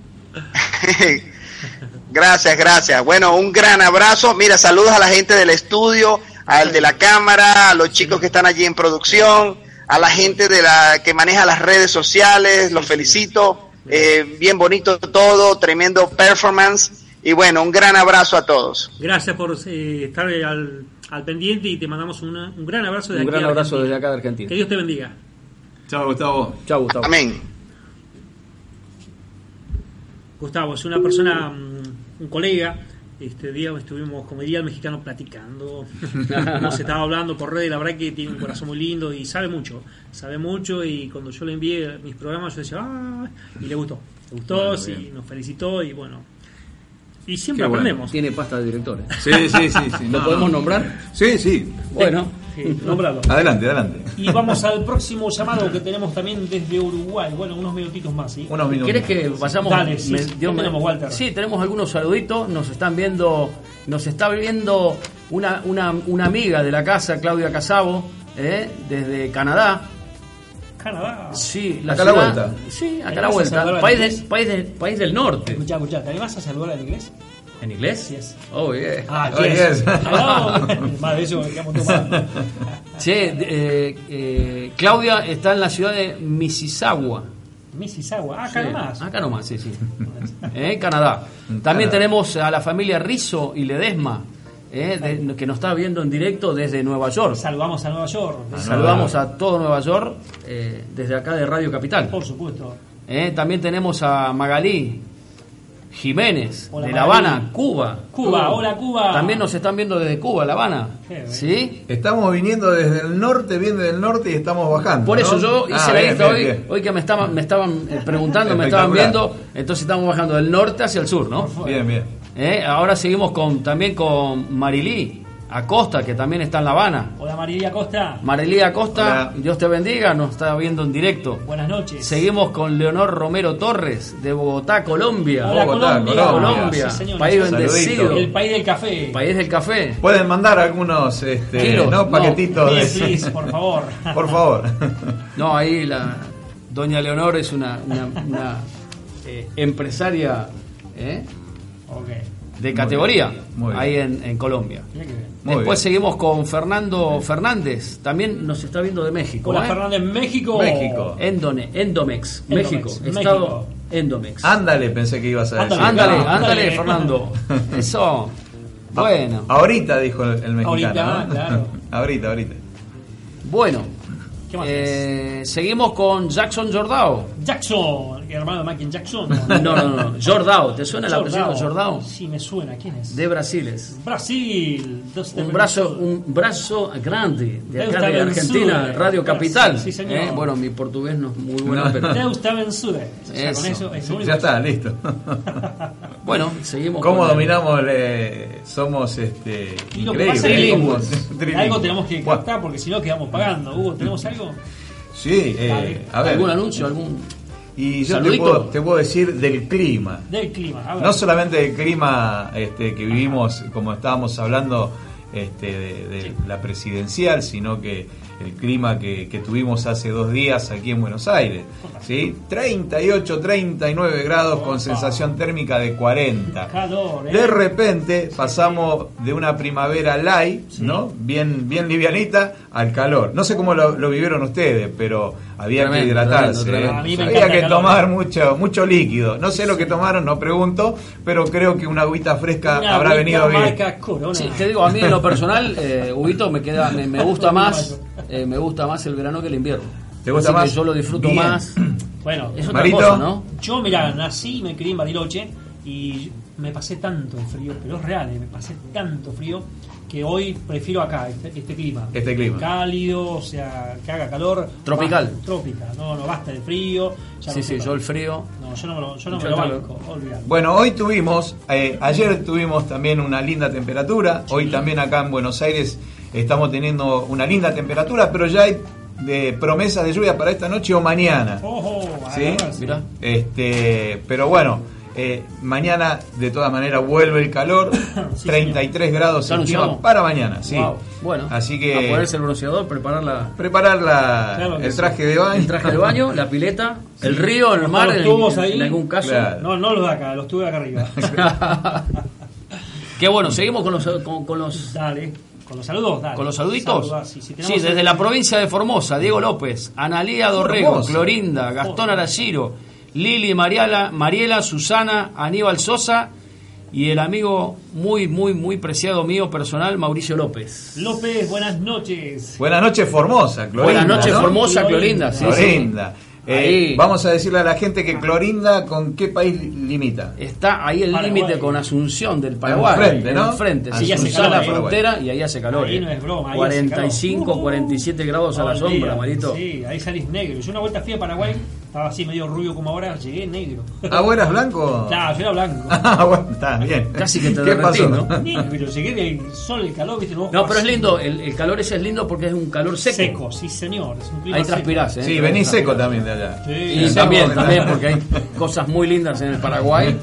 [SPEAKER 4] gracias, gracias. Bueno, un gran abrazo. Mira, saludos a la gente del estudio, al de la cámara, a los chicos que están allí en producción, a la gente de la que maneja las redes sociales. Los felicito. Eh, bien bonito todo, tremendo performance. Y bueno, un gran abrazo a todos.
[SPEAKER 2] Gracias por eh, estar al, al pendiente y te mandamos una- un gran abrazo de
[SPEAKER 3] Un
[SPEAKER 2] aquí
[SPEAKER 3] gran
[SPEAKER 2] a
[SPEAKER 3] abrazo
[SPEAKER 2] Argentina.
[SPEAKER 3] desde acá de Argentina.
[SPEAKER 2] Que Dios te bendiga.
[SPEAKER 1] Chao, Gustavo.
[SPEAKER 3] Chao, Gustavo.
[SPEAKER 4] Amén.
[SPEAKER 2] Gustavo es una persona, mm, un colega. Este día estuvimos, como diría el mexicano, platicando. Nos estaba hablando por redes. La verdad que tiene un corazón muy lindo y sabe mucho. Sabe mucho. Y cuando yo le envié mis programas, yo decía, ah, y le gustó. Le gustó,
[SPEAKER 1] Bueno,
[SPEAKER 2] sí,
[SPEAKER 1] bien.
[SPEAKER 2] nos felicitó y bueno. Y siempre
[SPEAKER 1] Qué bueno.
[SPEAKER 2] aprendemos.
[SPEAKER 3] Tiene pasta de directores.
[SPEAKER 1] Sí, sí, sí. sí
[SPEAKER 3] ¿Lo
[SPEAKER 1] no,
[SPEAKER 3] podemos
[SPEAKER 1] no.
[SPEAKER 3] nombrar?
[SPEAKER 1] Sí, sí.
[SPEAKER 3] Bueno.
[SPEAKER 2] Sí, nómbralo.
[SPEAKER 1] Adelante, adelante.
[SPEAKER 2] Y vamos al próximo llamado que tenemos también desde Uruguay. Bueno, unos minutitos más, ¿sí?
[SPEAKER 1] Unos minutos.
[SPEAKER 3] ¿Quieres que vayamos?
[SPEAKER 2] Dale, sí,
[SPEAKER 3] me-
[SPEAKER 2] sí,
[SPEAKER 3] Dios me-
[SPEAKER 2] tenemos, Walter.
[SPEAKER 3] Sí, tenemos algunos saluditos. Nos están viendo, nos está viendo una, una, una amiga de la casa, Claudia Casabo, ¿eh? desde Canadá.
[SPEAKER 2] Canadá.
[SPEAKER 3] Sí, la
[SPEAKER 1] Acá a la
[SPEAKER 3] ciudad-
[SPEAKER 1] vuelta.
[SPEAKER 3] Sí, acá a
[SPEAKER 2] ¿Me
[SPEAKER 3] la
[SPEAKER 2] vas a
[SPEAKER 3] vuelta.
[SPEAKER 2] saludar
[SPEAKER 3] País,
[SPEAKER 2] en
[SPEAKER 3] de-
[SPEAKER 2] inglés?
[SPEAKER 3] país, de- país del norte.
[SPEAKER 2] Escuchá, escuchá, ¿te animás a saludar al inglés?
[SPEAKER 3] ¿En inglés?
[SPEAKER 2] Así es.
[SPEAKER 3] Oh, yeah.
[SPEAKER 2] Ah,
[SPEAKER 1] Oh, yes.
[SPEAKER 3] Ah,
[SPEAKER 2] Hello. Más de eso que quedamos tomando.
[SPEAKER 3] Che, eh, eh, Claudia está en la ciudad de Mississauga.
[SPEAKER 2] Mississauga. Ah, acá
[SPEAKER 3] Sí,
[SPEAKER 2] nomás.
[SPEAKER 3] Acá nomás, sí, sí. Eh, Canadá.
[SPEAKER 1] Canadá.
[SPEAKER 3] También tenemos a la familia Rizzo y Ledesma, eh, de- que nos está viendo en directo desde Nueva York.
[SPEAKER 2] Saludamos a Nueva York.
[SPEAKER 3] Ah. Saludamos a todo Nueva York eh, desde acá de Radio Capital.
[SPEAKER 2] Por supuesto.
[SPEAKER 3] Eh, también tenemos a Magalí Jiménez
[SPEAKER 2] Hola,
[SPEAKER 3] de La
[SPEAKER 2] Magalí.
[SPEAKER 3] Habana, Cuba.
[SPEAKER 2] Cuba, hola, Cuba.
[SPEAKER 3] También nos están viendo desde Cuba, La Habana.
[SPEAKER 2] Qué bien.
[SPEAKER 3] ¿Sí?
[SPEAKER 1] Estamos viniendo desde el norte, viendo del norte y estamos bajando.
[SPEAKER 3] Por eso
[SPEAKER 1] ¿no?
[SPEAKER 3] yo hice
[SPEAKER 1] Ah,
[SPEAKER 3] la
[SPEAKER 1] bien,
[SPEAKER 3] lista
[SPEAKER 1] bien,
[SPEAKER 3] hoy,
[SPEAKER 1] bien.
[SPEAKER 3] hoy que me estaban, me estaban eh, preguntando, me estaban
[SPEAKER 1] Espectacular.
[SPEAKER 3] viendo, entonces estamos bajando del norte hacia el sur, ¿no?
[SPEAKER 1] Bien, bien.
[SPEAKER 3] Eh, ahora seguimos con también con Marilí Acosta, que también está en La Habana.
[SPEAKER 2] Hola, Marilia Costa.
[SPEAKER 3] Marilí Acosta,
[SPEAKER 1] Hola.
[SPEAKER 3] Dios te bendiga, nos está viendo en directo.
[SPEAKER 2] Buenas noches.
[SPEAKER 3] Seguimos con Leonor Romero Torres, de Bogotá, Colombia.
[SPEAKER 2] Hola,
[SPEAKER 1] Bogotá,
[SPEAKER 2] Colombia.
[SPEAKER 3] Colombia,
[SPEAKER 2] Sí, señor.
[SPEAKER 3] país
[SPEAKER 1] Saludito.
[SPEAKER 3] bendecido,
[SPEAKER 2] El país del café.
[SPEAKER 3] país del café.
[SPEAKER 1] Pueden mandar algunos este,
[SPEAKER 3] Kilos,
[SPEAKER 1] ¿no?
[SPEAKER 3] no.
[SPEAKER 1] paquetitos de-
[SPEAKER 2] Please, please, por favor.
[SPEAKER 1] Por favor.
[SPEAKER 3] No, ahí la doña Leonor es una, una- una, eh, empresaria ¿eh?
[SPEAKER 2] Ok.
[SPEAKER 3] de categoría
[SPEAKER 1] bien, muy bien.
[SPEAKER 3] ahí en, en Colombia.
[SPEAKER 2] Mira qué bien.
[SPEAKER 1] Muy
[SPEAKER 3] Después
[SPEAKER 1] bien.
[SPEAKER 3] seguimos con Fernando Fernández, también nos está viendo de México.
[SPEAKER 2] Hola,
[SPEAKER 3] ¿eh?
[SPEAKER 2] Fernández, México.
[SPEAKER 1] México.
[SPEAKER 3] Endone, Endomex,
[SPEAKER 2] Endomex,
[SPEAKER 3] México,
[SPEAKER 2] México.
[SPEAKER 3] estado Endomex.
[SPEAKER 1] Ándale, pensé que ibas a decir.
[SPEAKER 3] Ándale,
[SPEAKER 1] No.
[SPEAKER 2] Ah,
[SPEAKER 3] ándale,
[SPEAKER 2] ándale.
[SPEAKER 3] Fernando. Eso. Bueno,
[SPEAKER 1] Ahorita dijo el, el mexicano.
[SPEAKER 2] Ahorita, ah,
[SPEAKER 1] ¿no?
[SPEAKER 2] claro.
[SPEAKER 1] ahorita, ahorita.
[SPEAKER 3] bueno.
[SPEAKER 2] ¿Qué más
[SPEAKER 3] Eh, seguimos con Jackson Jordao.
[SPEAKER 2] Jackson. Hermano de Michael Jackson.
[SPEAKER 3] No, no, no, no. Jordao. ¿Te suena el apellido Jordao?
[SPEAKER 2] Sí, me suena. ¿Quién es?
[SPEAKER 3] De Brasiles.
[SPEAKER 2] Brasil. Dos de
[SPEAKER 3] Un brazo,
[SPEAKER 2] Brasil.
[SPEAKER 3] un brazo grande de acá
[SPEAKER 2] Deuda
[SPEAKER 3] de Argentina,
[SPEAKER 2] Benzura.
[SPEAKER 3] Radio Capital.
[SPEAKER 2] eh, Sí, señor.
[SPEAKER 3] Eh, Bueno, mi portugués no es muy bueno,
[SPEAKER 1] No.
[SPEAKER 3] pero.
[SPEAKER 2] Deus te vensure. O sea,
[SPEAKER 3] Eso.
[SPEAKER 2] con eso es lo único
[SPEAKER 1] Ya
[SPEAKER 2] que-
[SPEAKER 1] está, listo.
[SPEAKER 3] Bueno, seguimos.
[SPEAKER 1] ¿Cómo
[SPEAKER 3] con el-
[SPEAKER 1] dominamos? eh, somos este,
[SPEAKER 2] Y lo que pasa
[SPEAKER 1] increíbles.
[SPEAKER 2] es que
[SPEAKER 1] ¿Cómo-
[SPEAKER 2] algo
[SPEAKER 1] trilingües.
[SPEAKER 2] tenemos que
[SPEAKER 1] Bueno,
[SPEAKER 2] captar porque si no quedamos pagando. Hugo, ¿tenemos algo?
[SPEAKER 1] Sí, eh, a ver.
[SPEAKER 3] ¿Algún anuncio? ¿Algún.?
[SPEAKER 1] Y yo te
[SPEAKER 3] ¿Saludito?
[SPEAKER 1] puedo, te puedo decir del clima.
[SPEAKER 2] Del clima. A ver.
[SPEAKER 1] No solamente del clima este, que vivimos, como estábamos hablando este, de, de la presidencial, sino que el clima que, que tuvimos hace dos días aquí en Buenos Aires. ¿sí? 38, 39 grados con sensación térmica de 40.
[SPEAKER 2] Calor, ¿eh?
[SPEAKER 1] De repente pasamos de una primavera light, ¿no? Bien, bien livianita, al calor. No sé cómo lo, lo vivieron ustedes, pero había
[SPEAKER 3] Tremendo,
[SPEAKER 1] que hidratarse. ¿eh?
[SPEAKER 3] tremendo,
[SPEAKER 2] tremendo. A mí me
[SPEAKER 1] Había
[SPEAKER 2] encanta
[SPEAKER 1] que
[SPEAKER 2] el calor.
[SPEAKER 1] tomar mucho, mucho líquido. No sé lo que tomaron, no pregunto, pero creo que una agüita fresca
[SPEAKER 2] Una
[SPEAKER 1] habrá
[SPEAKER 2] agüita
[SPEAKER 1] venido bien.
[SPEAKER 2] marca Corona.
[SPEAKER 3] Sí, te digo, a mí en lo personal, eh, Huguito, me, queda, me, me gusta más eh, me gusta más el verano que el invierno.
[SPEAKER 1] ¿Te gusta
[SPEAKER 3] Así que
[SPEAKER 1] más?
[SPEAKER 3] yo lo disfruto
[SPEAKER 1] Bien.
[SPEAKER 3] más.
[SPEAKER 2] Bueno,
[SPEAKER 3] Es otra
[SPEAKER 1] Marito.
[SPEAKER 3] cosa, ¿no?
[SPEAKER 2] Yo, mira, nací y me crié en Bariloche y me pasé tanto frío, pero es real, eh, me pasé tanto frío que hoy prefiero acá, este, este clima.
[SPEAKER 1] Este clima.
[SPEAKER 2] Cálido, o sea, que haga calor.
[SPEAKER 3] Tropical.
[SPEAKER 2] Basta, tropical, no, no basta de frío. ya
[SPEAKER 3] Sí,
[SPEAKER 2] no
[SPEAKER 3] sí,
[SPEAKER 2] soporto.
[SPEAKER 3] yo el frío.
[SPEAKER 2] No, yo no me lo, yo no me
[SPEAKER 3] Yo
[SPEAKER 2] lo
[SPEAKER 3] calor.
[SPEAKER 2] banco, olvidalo.
[SPEAKER 1] Bueno, hoy tuvimos, eh, ayer tuvimos también una linda temperatura, hoy también acá en Buenos Aires estamos teniendo una linda temperatura, pero ya hay de promesas de lluvia para esta noche o mañana.
[SPEAKER 2] Ojo,
[SPEAKER 1] ¿Sí?
[SPEAKER 2] agarrarse.
[SPEAKER 3] Mirá.
[SPEAKER 1] Este, pero bueno, eh, mañana de todas maneras vuelve el calor,
[SPEAKER 2] Sí,
[SPEAKER 1] 33 grados
[SPEAKER 3] Ya
[SPEAKER 1] encima
[SPEAKER 3] anunciamos.
[SPEAKER 1] para mañana, sí.
[SPEAKER 3] Wow. Bueno,
[SPEAKER 1] así
[SPEAKER 3] a
[SPEAKER 1] que
[SPEAKER 3] ponerse el bronceador, preparar la,
[SPEAKER 1] preparar la-
[SPEAKER 2] Claro que
[SPEAKER 1] el
[SPEAKER 2] sí.
[SPEAKER 1] traje de baño.
[SPEAKER 3] el traje de baño, la pileta, el río, el mar,
[SPEAKER 2] Los
[SPEAKER 3] en-
[SPEAKER 2] tubos
[SPEAKER 3] en,
[SPEAKER 2] ahí.
[SPEAKER 3] algún caso.
[SPEAKER 1] Claro.
[SPEAKER 2] No, no los de acá, los tuve acá arriba.
[SPEAKER 3] Qué bueno, seguimos con los, con, con los,
[SPEAKER 2] Dale, con los saludos, dale.
[SPEAKER 3] con los saluditos.
[SPEAKER 2] Saluda, sí, sí, tenemos
[SPEAKER 3] sí, desde
[SPEAKER 2] el-
[SPEAKER 3] la provincia de Formosa, Diego López, Analía Dorrego,
[SPEAKER 1] Formosa.
[SPEAKER 3] Clorinda, Gastón Arashiro, Lili Mariala, Mariela, Susana, Aníbal Sosa y el amigo muy, muy, muy preciado mío personal, Mauricio López.
[SPEAKER 2] López, buenas noches.
[SPEAKER 1] Buenas noches Formosa, Clorinda.
[SPEAKER 3] Buenas noches,
[SPEAKER 1] ¿no?
[SPEAKER 3] Formosa, Clorinda. sí, sí.
[SPEAKER 1] Clorinda. Eh,
[SPEAKER 3] Ahí.
[SPEAKER 1] vamos a decirle a la gente que Clorinda con qué país li- limita.
[SPEAKER 3] Está ahí el
[SPEAKER 2] Paraguay.
[SPEAKER 3] límite con Asunción del Paraguay.
[SPEAKER 1] Enfrente, ¿no?
[SPEAKER 3] Enfrente,
[SPEAKER 1] Ahí
[SPEAKER 3] sí,
[SPEAKER 2] hace
[SPEAKER 3] cruzás
[SPEAKER 2] calor,
[SPEAKER 3] la
[SPEAKER 2] ¿eh?
[SPEAKER 3] frontera y ahí hace calor.
[SPEAKER 2] Ahí
[SPEAKER 3] ¿eh?
[SPEAKER 2] no es broma, ahí
[SPEAKER 3] 45,
[SPEAKER 2] hace calor.
[SPEAKER 3] 47 grados a la
[SPEAKER 2] Olvídate,
[SPEAKER 3] sombra, Marito.
[SPEAKER 2] Sí, ahí salís negro. Yo una vuelta fui a Paraguay, estaba así medio rubio como ahora, llegué negro.
[SPEAKER 1] ¿Ahora es blanco?
[SPEAKER 2] Claro, yo era blanco.
[SPEAKER 1] Ah, bueno, está bien.
[SPEAKER 3] Casi que te
[SPEAKER 1] ¿Qué
[SPEAKER 3] derretí,
[SPEAKER 1] pasó?
[SPEAKER 3] ¿no?
[SPEAKER 2] Negro, llegué del sol, el calor, viste,
[SPEAKER 3] No, pero es lindo, el, el calor ese es lindo porque es un calor seco.
[SPEAKER 2] Seco, sí señor, es un clima
[SPEAKER 3] Ahí
[SPEAKER 2] seco.
[SPEAKER 3] transpirás, ¿eh?
[SPEAKER 1] Sí, venís seco
[SPEAKER 3] Transpirás.
[SPEAKER 1] también de allá.
[SPEAKER 2] Sí.
[SPEAKER 3] Y
[SPEAKER 1] Estamos-
[SPEAKER 3] también, también, porque hay cosas muy lindas en el Paraguay.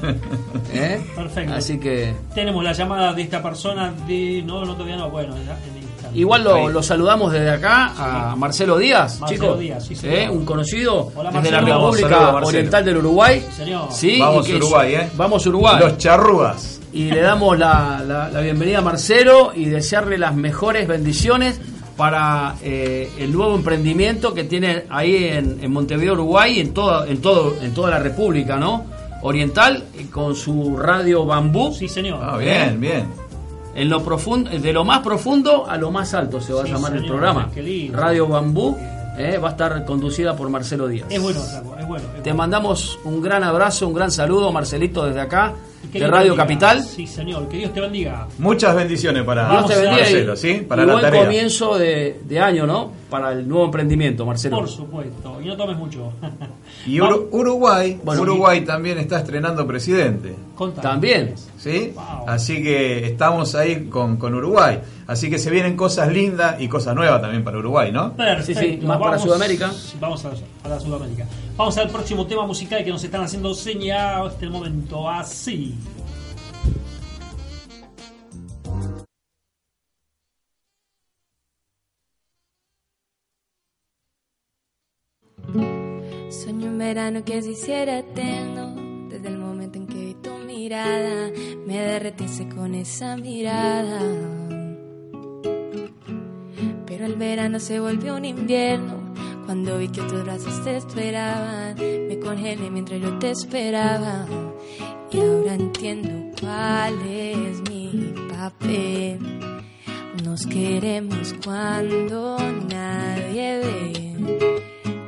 [SPEAKER 3] ¿eh?
[SPEAKER 2] Perfecto.
[SPEAKER 3] Así que.
[SPEAKER 2] Tenemos la llamada de esta persona de... No, no, todavía no, bueno, ya en el instante.
[SPEAKER 3] Igual lo,
[SPEAKER 1] Ahí.
[SPEAKER 3] lo saludamos desde acá a Marcelo Díaz,
[SPEAKER 2] Marcelo
[SPEAKER 3] chicos.
[SPEAKER 2] Díaz, sí, señor.
[SPEAKER 3] ¿eh? Un conocido
[SPEAKER 2] Hola,
[SPEAKER 3] desde la
[SPEAKER 2] Marcelo.
[SPEAKER 3] República
[SPEAKER 1] Saludos, Marcelo.
[SPEAKER 3] Oriental del Uruguay.
[SPEAKER 2] señor.
[SPEAKER 3] Sí,
[SPEAKER 1] Vamos
[SPEAKER 3] y que-
[SPEAKER 1] Uruguay, ¿eh?
[SPEAKER 3] Vamos Uruguay.
[SPEAKER 1] Los charrúas.
[SPEAKER 3] Y le damos la, la- la bienvenida a Marcelo y desearle las mejores bendiciones para eh, el nuevo emprendimiento que tiene ahí en, en Montevideo, Uruguay, y en toda, en todo, en toda la República, ¿no? Oriental, eh, con su radio bambú.
[SPEAKER 2] Sí señor.
[SPEAKER 1] Ah, bien, bien.
[SPEAKER 3] En lo profundo, de lo más profundo a lo más alto se va
[SPEAKER 2] Sí,
[SPEAKER 3] a llamar el
[SPEAKER 2] señor,
[SPEAKER 3] programa.
[SPEAKER 2] qué lindo.
[SPEAKER 3] Radio Bambú eh, va a estar conducida por Marcelo Díaz.
[SPEAKER 2] Es bueno, flaco, es bueno. es
[SPEAKER 3] Te
[SPEAKER 2] bueno.
[SPEAKER 3] mandamos un gran abrazo, un gran saludo, Marcelito, desde acá,
[SPEAKER 2] Y que
[SPEAKER 3] de
[SPEAKER 2] Dios
[SPEAKER 3] Radio
[SPEAKER 2] te bendiga.
[SPEAKER 3] Capital.
[SPEAKER 2] Sí señor, que Dios te bendiga.
[SPEAKER 1] Muchas bendiciones para
[SPEAKER 3] Dios te
[SPEAKER 2] Vamos,
[SPEAKER 3] bendiga y-
[SPEAKER 1] Marcelo, ¿sí? Para
[SPEAKER 3] y
[SPEAKER 1] la
[SPEAKER 3] buen
[SPEAKER 1] tarea.
[SPEAKER 3] comienzo de, de año, ¿no? Para el nuevo emprendimiento, Marcelo.
[SPEAKER 2] Por supuesto, y no tomes mucho.
[SPEAKER 1] Y
[SPEAKER 2] Va-
[SPEAKER 1] Uru- Uruguay,
[SPEAKER 3] Bueno,
[SPEAKER 1] Uruguay también está estrenando presidente.
[SPEAKER 2] contame.
[SPEAKER 3] También.
[SPEAKER 1] ¿Sí?
[SPEAKER 2] Wow.
[SPEAKER 1] Así que estamos ahí con, con Uruguay. Así que se vienen cosas lindas y cosas nuevas también para Uruguay, ¿no?
[SPEAKER 2] Perfecto.
[SPEAKER 3] Sí, sí, más para Sudamérica.
[SPEAKER 2] Vamos a, a la Sudamérica. Vamos al próximo tema musical que nos están haciendo señas hasta el momento. Ah, Así.
[SPEAKER 5] Soñé un verano que se hiciera eterno Desde el momento en que vi tu mirada Me derretiste con esa mirada Pero el verano se volvió un invierno Cuando vi que tus brazos te esperaban Me congelé mientras yo te esperaba Y ahora entiendo cuál es mi papel Nos queremos cuando nadie ve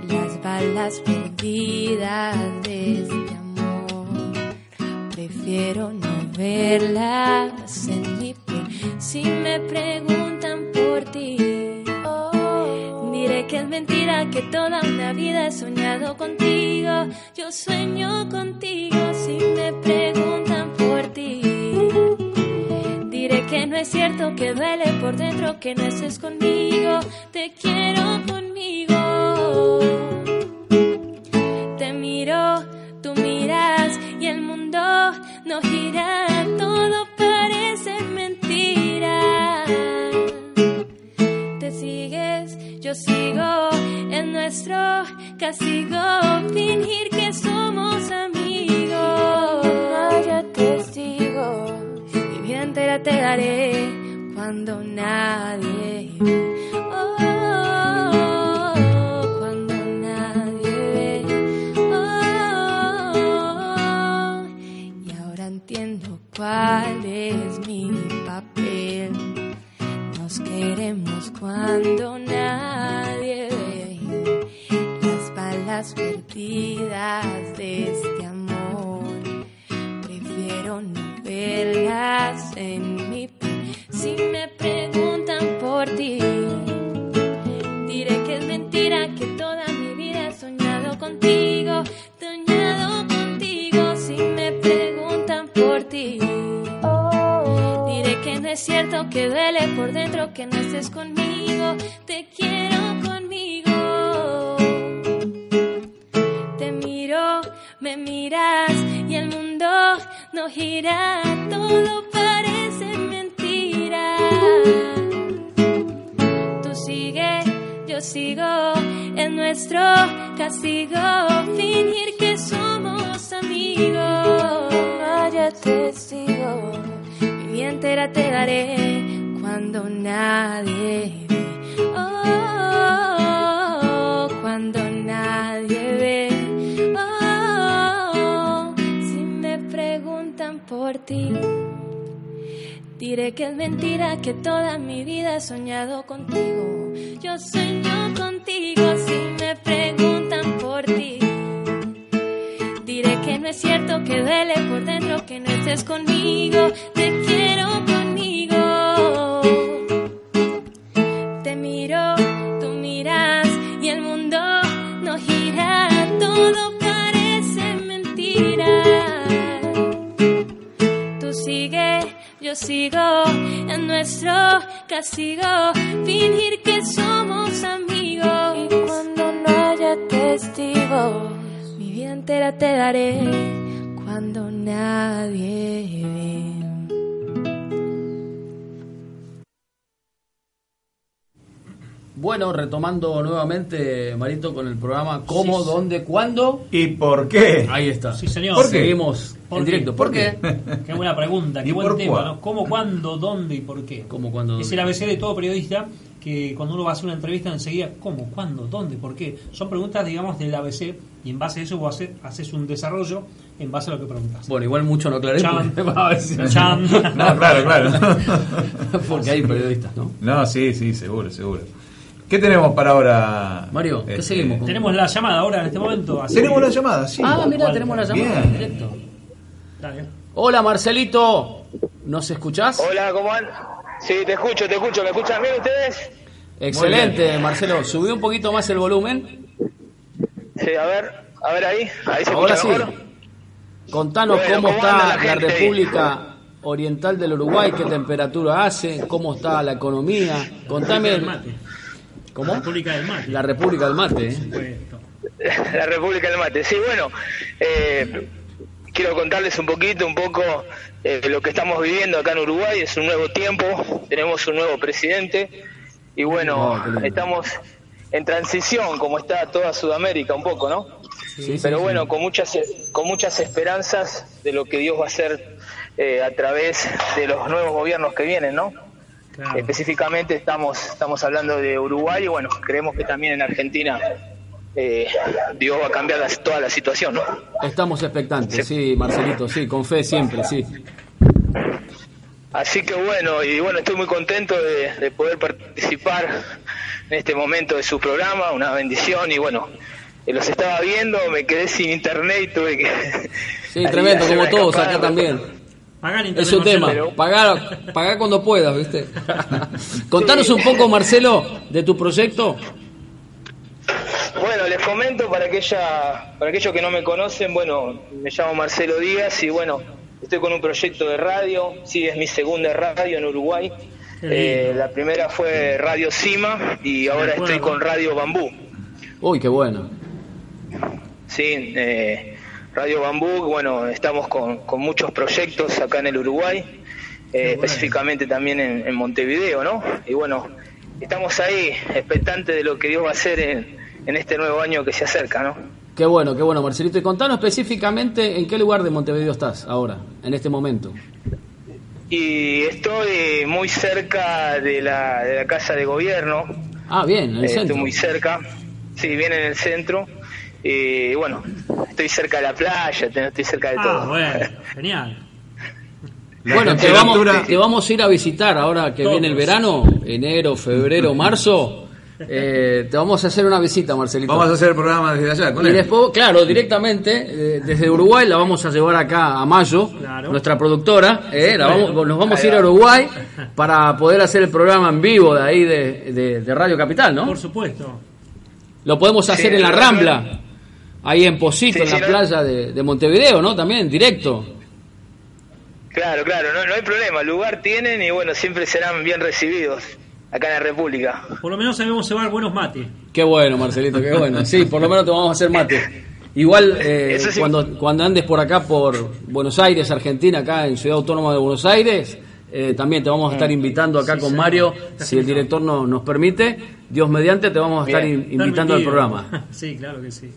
[SPEAKER 5] las balas perdidas de este amor. Prefiero no verlas en mi piel. Si me preguntan por ti, oh, diré que es mentira que toda una vida he soñado contigo. Yo sueño contigo si me preguntan por ti. Diré que no es cierto, que duele por dentro, que no estés conmigo. Te quiero conmigo. Te miro, tú miras y el mundo no gira. Todo parece mentira. Yo sigo en nuestro castigo, fingir que somos amigos. Vaya testigo, mi vida entera te daré cuando nadie. oh, oh, oh, cuando nadie ve. Oh, y ahora entiendo cuál es mi papel. Nos queremos cuando nadie ve las balas perdidas de este amor. Prefiero no verlas en mi piel. Si me preguntan por ti, diré que es mentira que toda mi vida he soñado contigo, soñado contigo. Si me preguntan por ti, diré que no es cierto, que duele por dentro, que no estés conmigo, te quiero conmigo te miro, me miras y el mundo no gira, todo parece mentira. Tú sigue, yo sigo, en nuestro castigo, fingir que somos amigos. Vaya testigo, mi vida entera te daré cuando nadie ve. Oh, cuando nadie ve. Oh, si me preguntan por ti, diré que es mentira que toda mi vida he soñado contigo. Yo sueño contigo si me preguntan por ti. Diré que no es cierto, que duele por dentro, que no estés conmigo. Te quiero conmigo. Te miro, tú miras y el mundo no gira, todo parece mentira. Tú sigue, yo sigo en nuestro castigo, fingir que somos amigos. Y cuando no haya testigos, mi vida entera te daré cuando nadie ve.
[SPEAKER 3] Bueno, retomando nuevamente, Marito, con el programa ¿Cómo, dónde, cuándo?
[SPEAKER 1] ¿Y por qué?
[SPEAKER 3] Ahí está.
[SPEAKER 2] Sí, señor.
[SPEAKER 1] ¿Por qué?
[SPEAKER 3] Seguimos
[SPEAKER 2] ¿Por
[SPEAKER 3] en
[SPEAKER 2] qué?
[SPEAKER 3] directo. ¿Por qué?
[SPEAKER 2] Qué buena pregunta,
[SPEAKER 1] ¿Y
[SPEAKER 2] qué buen
[SPEAKER 1] por
[SPEAKER 2] tema,
[SPEAKER 1] cuál?
[SPEAKER 2] ¿no? ¿Cómo, cuándo, dónde y por qué?
[SPEAKER 3] Como cuando...
[SPEAKER 2] Es el ABC de todo periodista que cuando uno va a hacer una entrevista enseguida, ¿cómo? ¿Cuándo? ¿Dónde? ¿Por qué? Son preguntas, digamos, del ABC y en base a eso vos hace- haces un desarrollo en base a lo que preguntas.
[SPEAKER 3] Bueno, igual mucho no aclaré
[SPEAKER 2] Chan.
[SPEAKER 3] porque, va a ver si-
[SPEAKER 2] Chan.
[SPEAKER 1] No, claro, claro.
[SPEAKER 3] porque hay periodistas, ¿no?
[SPEAKER 1] No, sí, sí, seguro, seguro. ¿Qué tenemos para ahora? este,
[SPEAKER 3] Mario, ¿qué seguimos con?
[SPEAKER 2] Tenemos la llamada ahora en este momento. así
[SPEAKER 1] Tenemos
[SPEAKER 2] que-
[SPEAKER 1] la llamada, sí.
[SPEAKER 3] Ah, mira,
[SPEAKER 2] cual.
[SPEAKER 3] tenemos la llamada en
[SPEAKER 1] Bien.
[SPEAKER 3] directo.
[SPEAKER 2] Dale.
[SPEAKER 3] Hola, Marcelito. ¿Nos escuchás?
[SPEAKER 6] Hola, ¿cómo andan? Sí, te escucho, te escucho. ¿Me escuchan bien ustedes?
[SPEAKER 3] Excelente, Marcelo. Subí un poquito más el volumen.
[SPEAKER 6] Sí, a ver, a ver ahí. Ahí se
[SPEAKER 3] Ahora
[SPEAKER 6] escucha
[SPEAKER 3] sí.
[SPEAKER 6] mejor.
[SPEAKER 3] Contanos
[SPEAKER 6] Bueno,
[SPEAKER 3] cómo
[SPEAKER 6] ¿cómo anda
[SPEAKER 3] está
[SPEAKER 6] la
[SPEAKER 3] la
[SPEAKER 6] gente ahí?
[SPEAKER 3] República Oriental del Uruguay, qué temperatura hace, cómo está la economía. Contame.
[SPEAKER 2] República del Mate.
[SPEAKER 3] ¿Cómo?
[SPEAKER 2] República del Mate.
[SPEAKER 3] La República del Mate. ¿eh?
[SPEAKER 2] Perfecto.
[SPEAKER 6] La República del Mate. Sí, bueno, eh, quiero contarles un poquito, un poco eh, lo que estamos viviendo acá en Uruguay. Es un nuevo tiempo, tenemos un nuevo presidente y bueno,
[SPEAKER 3] Ah, qué lindo.
[SPEAKER 6] estamos en transición, como está toda Sudamérica un poco, ¿no?
[SPEAKER 3] Sí, sí,
[SPEAKER 6] Pero
[SPEAKER 3] sí.
[SPEAKER 6] bueno, con muchas con muchas esperanzas de lo que Dios va a hacer eh, a través de los nuevos gobiernos que vienen, ¿no?
[SPEAKER 2] Claro.
[SPEAKER 6] Específicamente estamos estamos hablando de Uruguay y bueno, creemos que también en Argentina eh, Dios va a cambiar la- toda la situación, ¿no?
[SPEAKER 3] Estamos expectantes, sí, Marcelito, sí, con fe siempre, sí.
[SPEAKER 6] Así que bueno, y bueno, estoy muy contento de, de poder participar en este momento de su programa, una bendición y bueno, eh, los estaba viendo, me quedé sin internet y tuve que...
[SPEAKER 3] Sí, tremendo,
[SPEAKER 6] hacer
[SPEAKER 3] como
[SPEAKER 6] una
[SPEAKER 3] todos
[SPEAKER 6] escapada.
[SPEAKER 3] acá también.
[SPEAKER 2] Pagar internet,
[SPEAKER 3] Es un tema,
[SPEAKER 2] Marcelo.
[SPEAKER 3] pagar, pagar cuando puedas, ¿viste? Contanos un poco, Marcelo, de tu proyecto.
[SPEAKER 6] Bueno, les comento para aquella, para aquellos que no me conocen, bueno, me llamo Marcelo Díaz y bueno, estoy con un proyecto de radio, sí, es mi segunda radio en Uruguay.
[SPEAKER 2] Qué lindo.
[SPEAKER 6] Eh, la primera fue Radio Cima y ahora
[SPEAKER 2] acuerdo.
[SPEAKER 6] estoy con Radio Bambú.
[SPEAKER 3] Uy, qué bueno.
[SPEAKER 6] Sí, eh, Radio Bambú, bueno, estamos con, con muchos proyectos acá en el Uruguay, eh, específicamente también en, en Montevideo, ¿no? Y bueno, estamos ahí, expectantes de lo que Dios va a hacer en, en este nuevo año que se acerca, ¿no?
[SPEAKER 3] Qué bueno, qué bueno, Marcelito. Y contanos específicamente en qué lugar de Montevideo estás ahora, en este momento.
[SPEAKER 6] Y estoy muy cerca de la, de la Casa de Gobierno.
[SPEAKER 3] Ah, bien, en el
[SPEAKER 6] Eh,
[SPEAKER 3] centro.
[SPEAKER 6] Estoy muy cerca, sí, bien en el centro. Y bueno, estoy cerca de la playa, te- estoy cerca de
[SPEAKER 2] Ah,
[SPEAKER 6] todo.
[SPEAKER 2] bueno, genial.
[SPEAKER 1] La
[SPEAKER 3] Bueno, te vamos,
[SPEAKER 1] temperatura-
[SPEAKER 3] te vamos a ir a visitar ahora que
[SPEAKER 2] Todos.
[SPEAKER 3] viene el verano, enero, febrero, marzo. Eh, te vamos a hacer una visita, Marcelito.
[SPEAKER 1] Vamos a hacer el programa desde allá con
[SPEAKER 3] y
[SPEAKER 1] él.
[SPEAKER 3] después, claro, directamente eh, desde Uruguay la vamos a llevar acá a Mayo,
[SPEAKER 2] Claro.
[SPEAKER 3] nuestra productora. eh, la vamos- nos vamos a ir a Uruguay para poder hacer el programa en vivo de ahí de, de- de Radio Capital, ¿no?
[SPEAKER 2] Por supuesto.
[SPEAKER 3] Lo podemos hacer
[SPEAKER 6] Sí,
[SPEAKER 3] en la
[SPEAKER 6] no,
[SPEAKER 3] Rambla, ahí en Posito,
[SPEAKER 6] Sí,
[SPEAKER 3] en
[SPEAKER 6] sí,
[SPEAKER 3] la
[SPEAKER 6] no.
[SPEAKER 3] playa de, de Montevideo, ¿no? También, directo.
[SPEAKER 6] Claro, claro, no, no hay problema, lugar tienen y bueno, siempre serán bien recibidos acá en la República.
[SPEAKER 2] Por lo menos sabemos llevar buenos mates.
[SPEAKER 3] Qué bueno, Marcelito, qué bueno. Sí, por lo menos te vamos a hacer mate. Igual eh,
[SPEAKER 6] Eso sí.
[SPEAKER 3] cuando, cuando andes por acá, por Buenos Aires, Argentina, acá en Ciudad Autónoma de Buenos Aires, eh, también te vamos a estar invitando acá con Mario, si el director no- nos permite. Dios mediante, te vamos a estar
[SPEAKER 6] Bien.
[SPEAKER 3] in- invitando al
[SPEAKER 2] Permitido.
[SPEAKER 3] programa.
[SPEAKER 2] Sí, claro que sí.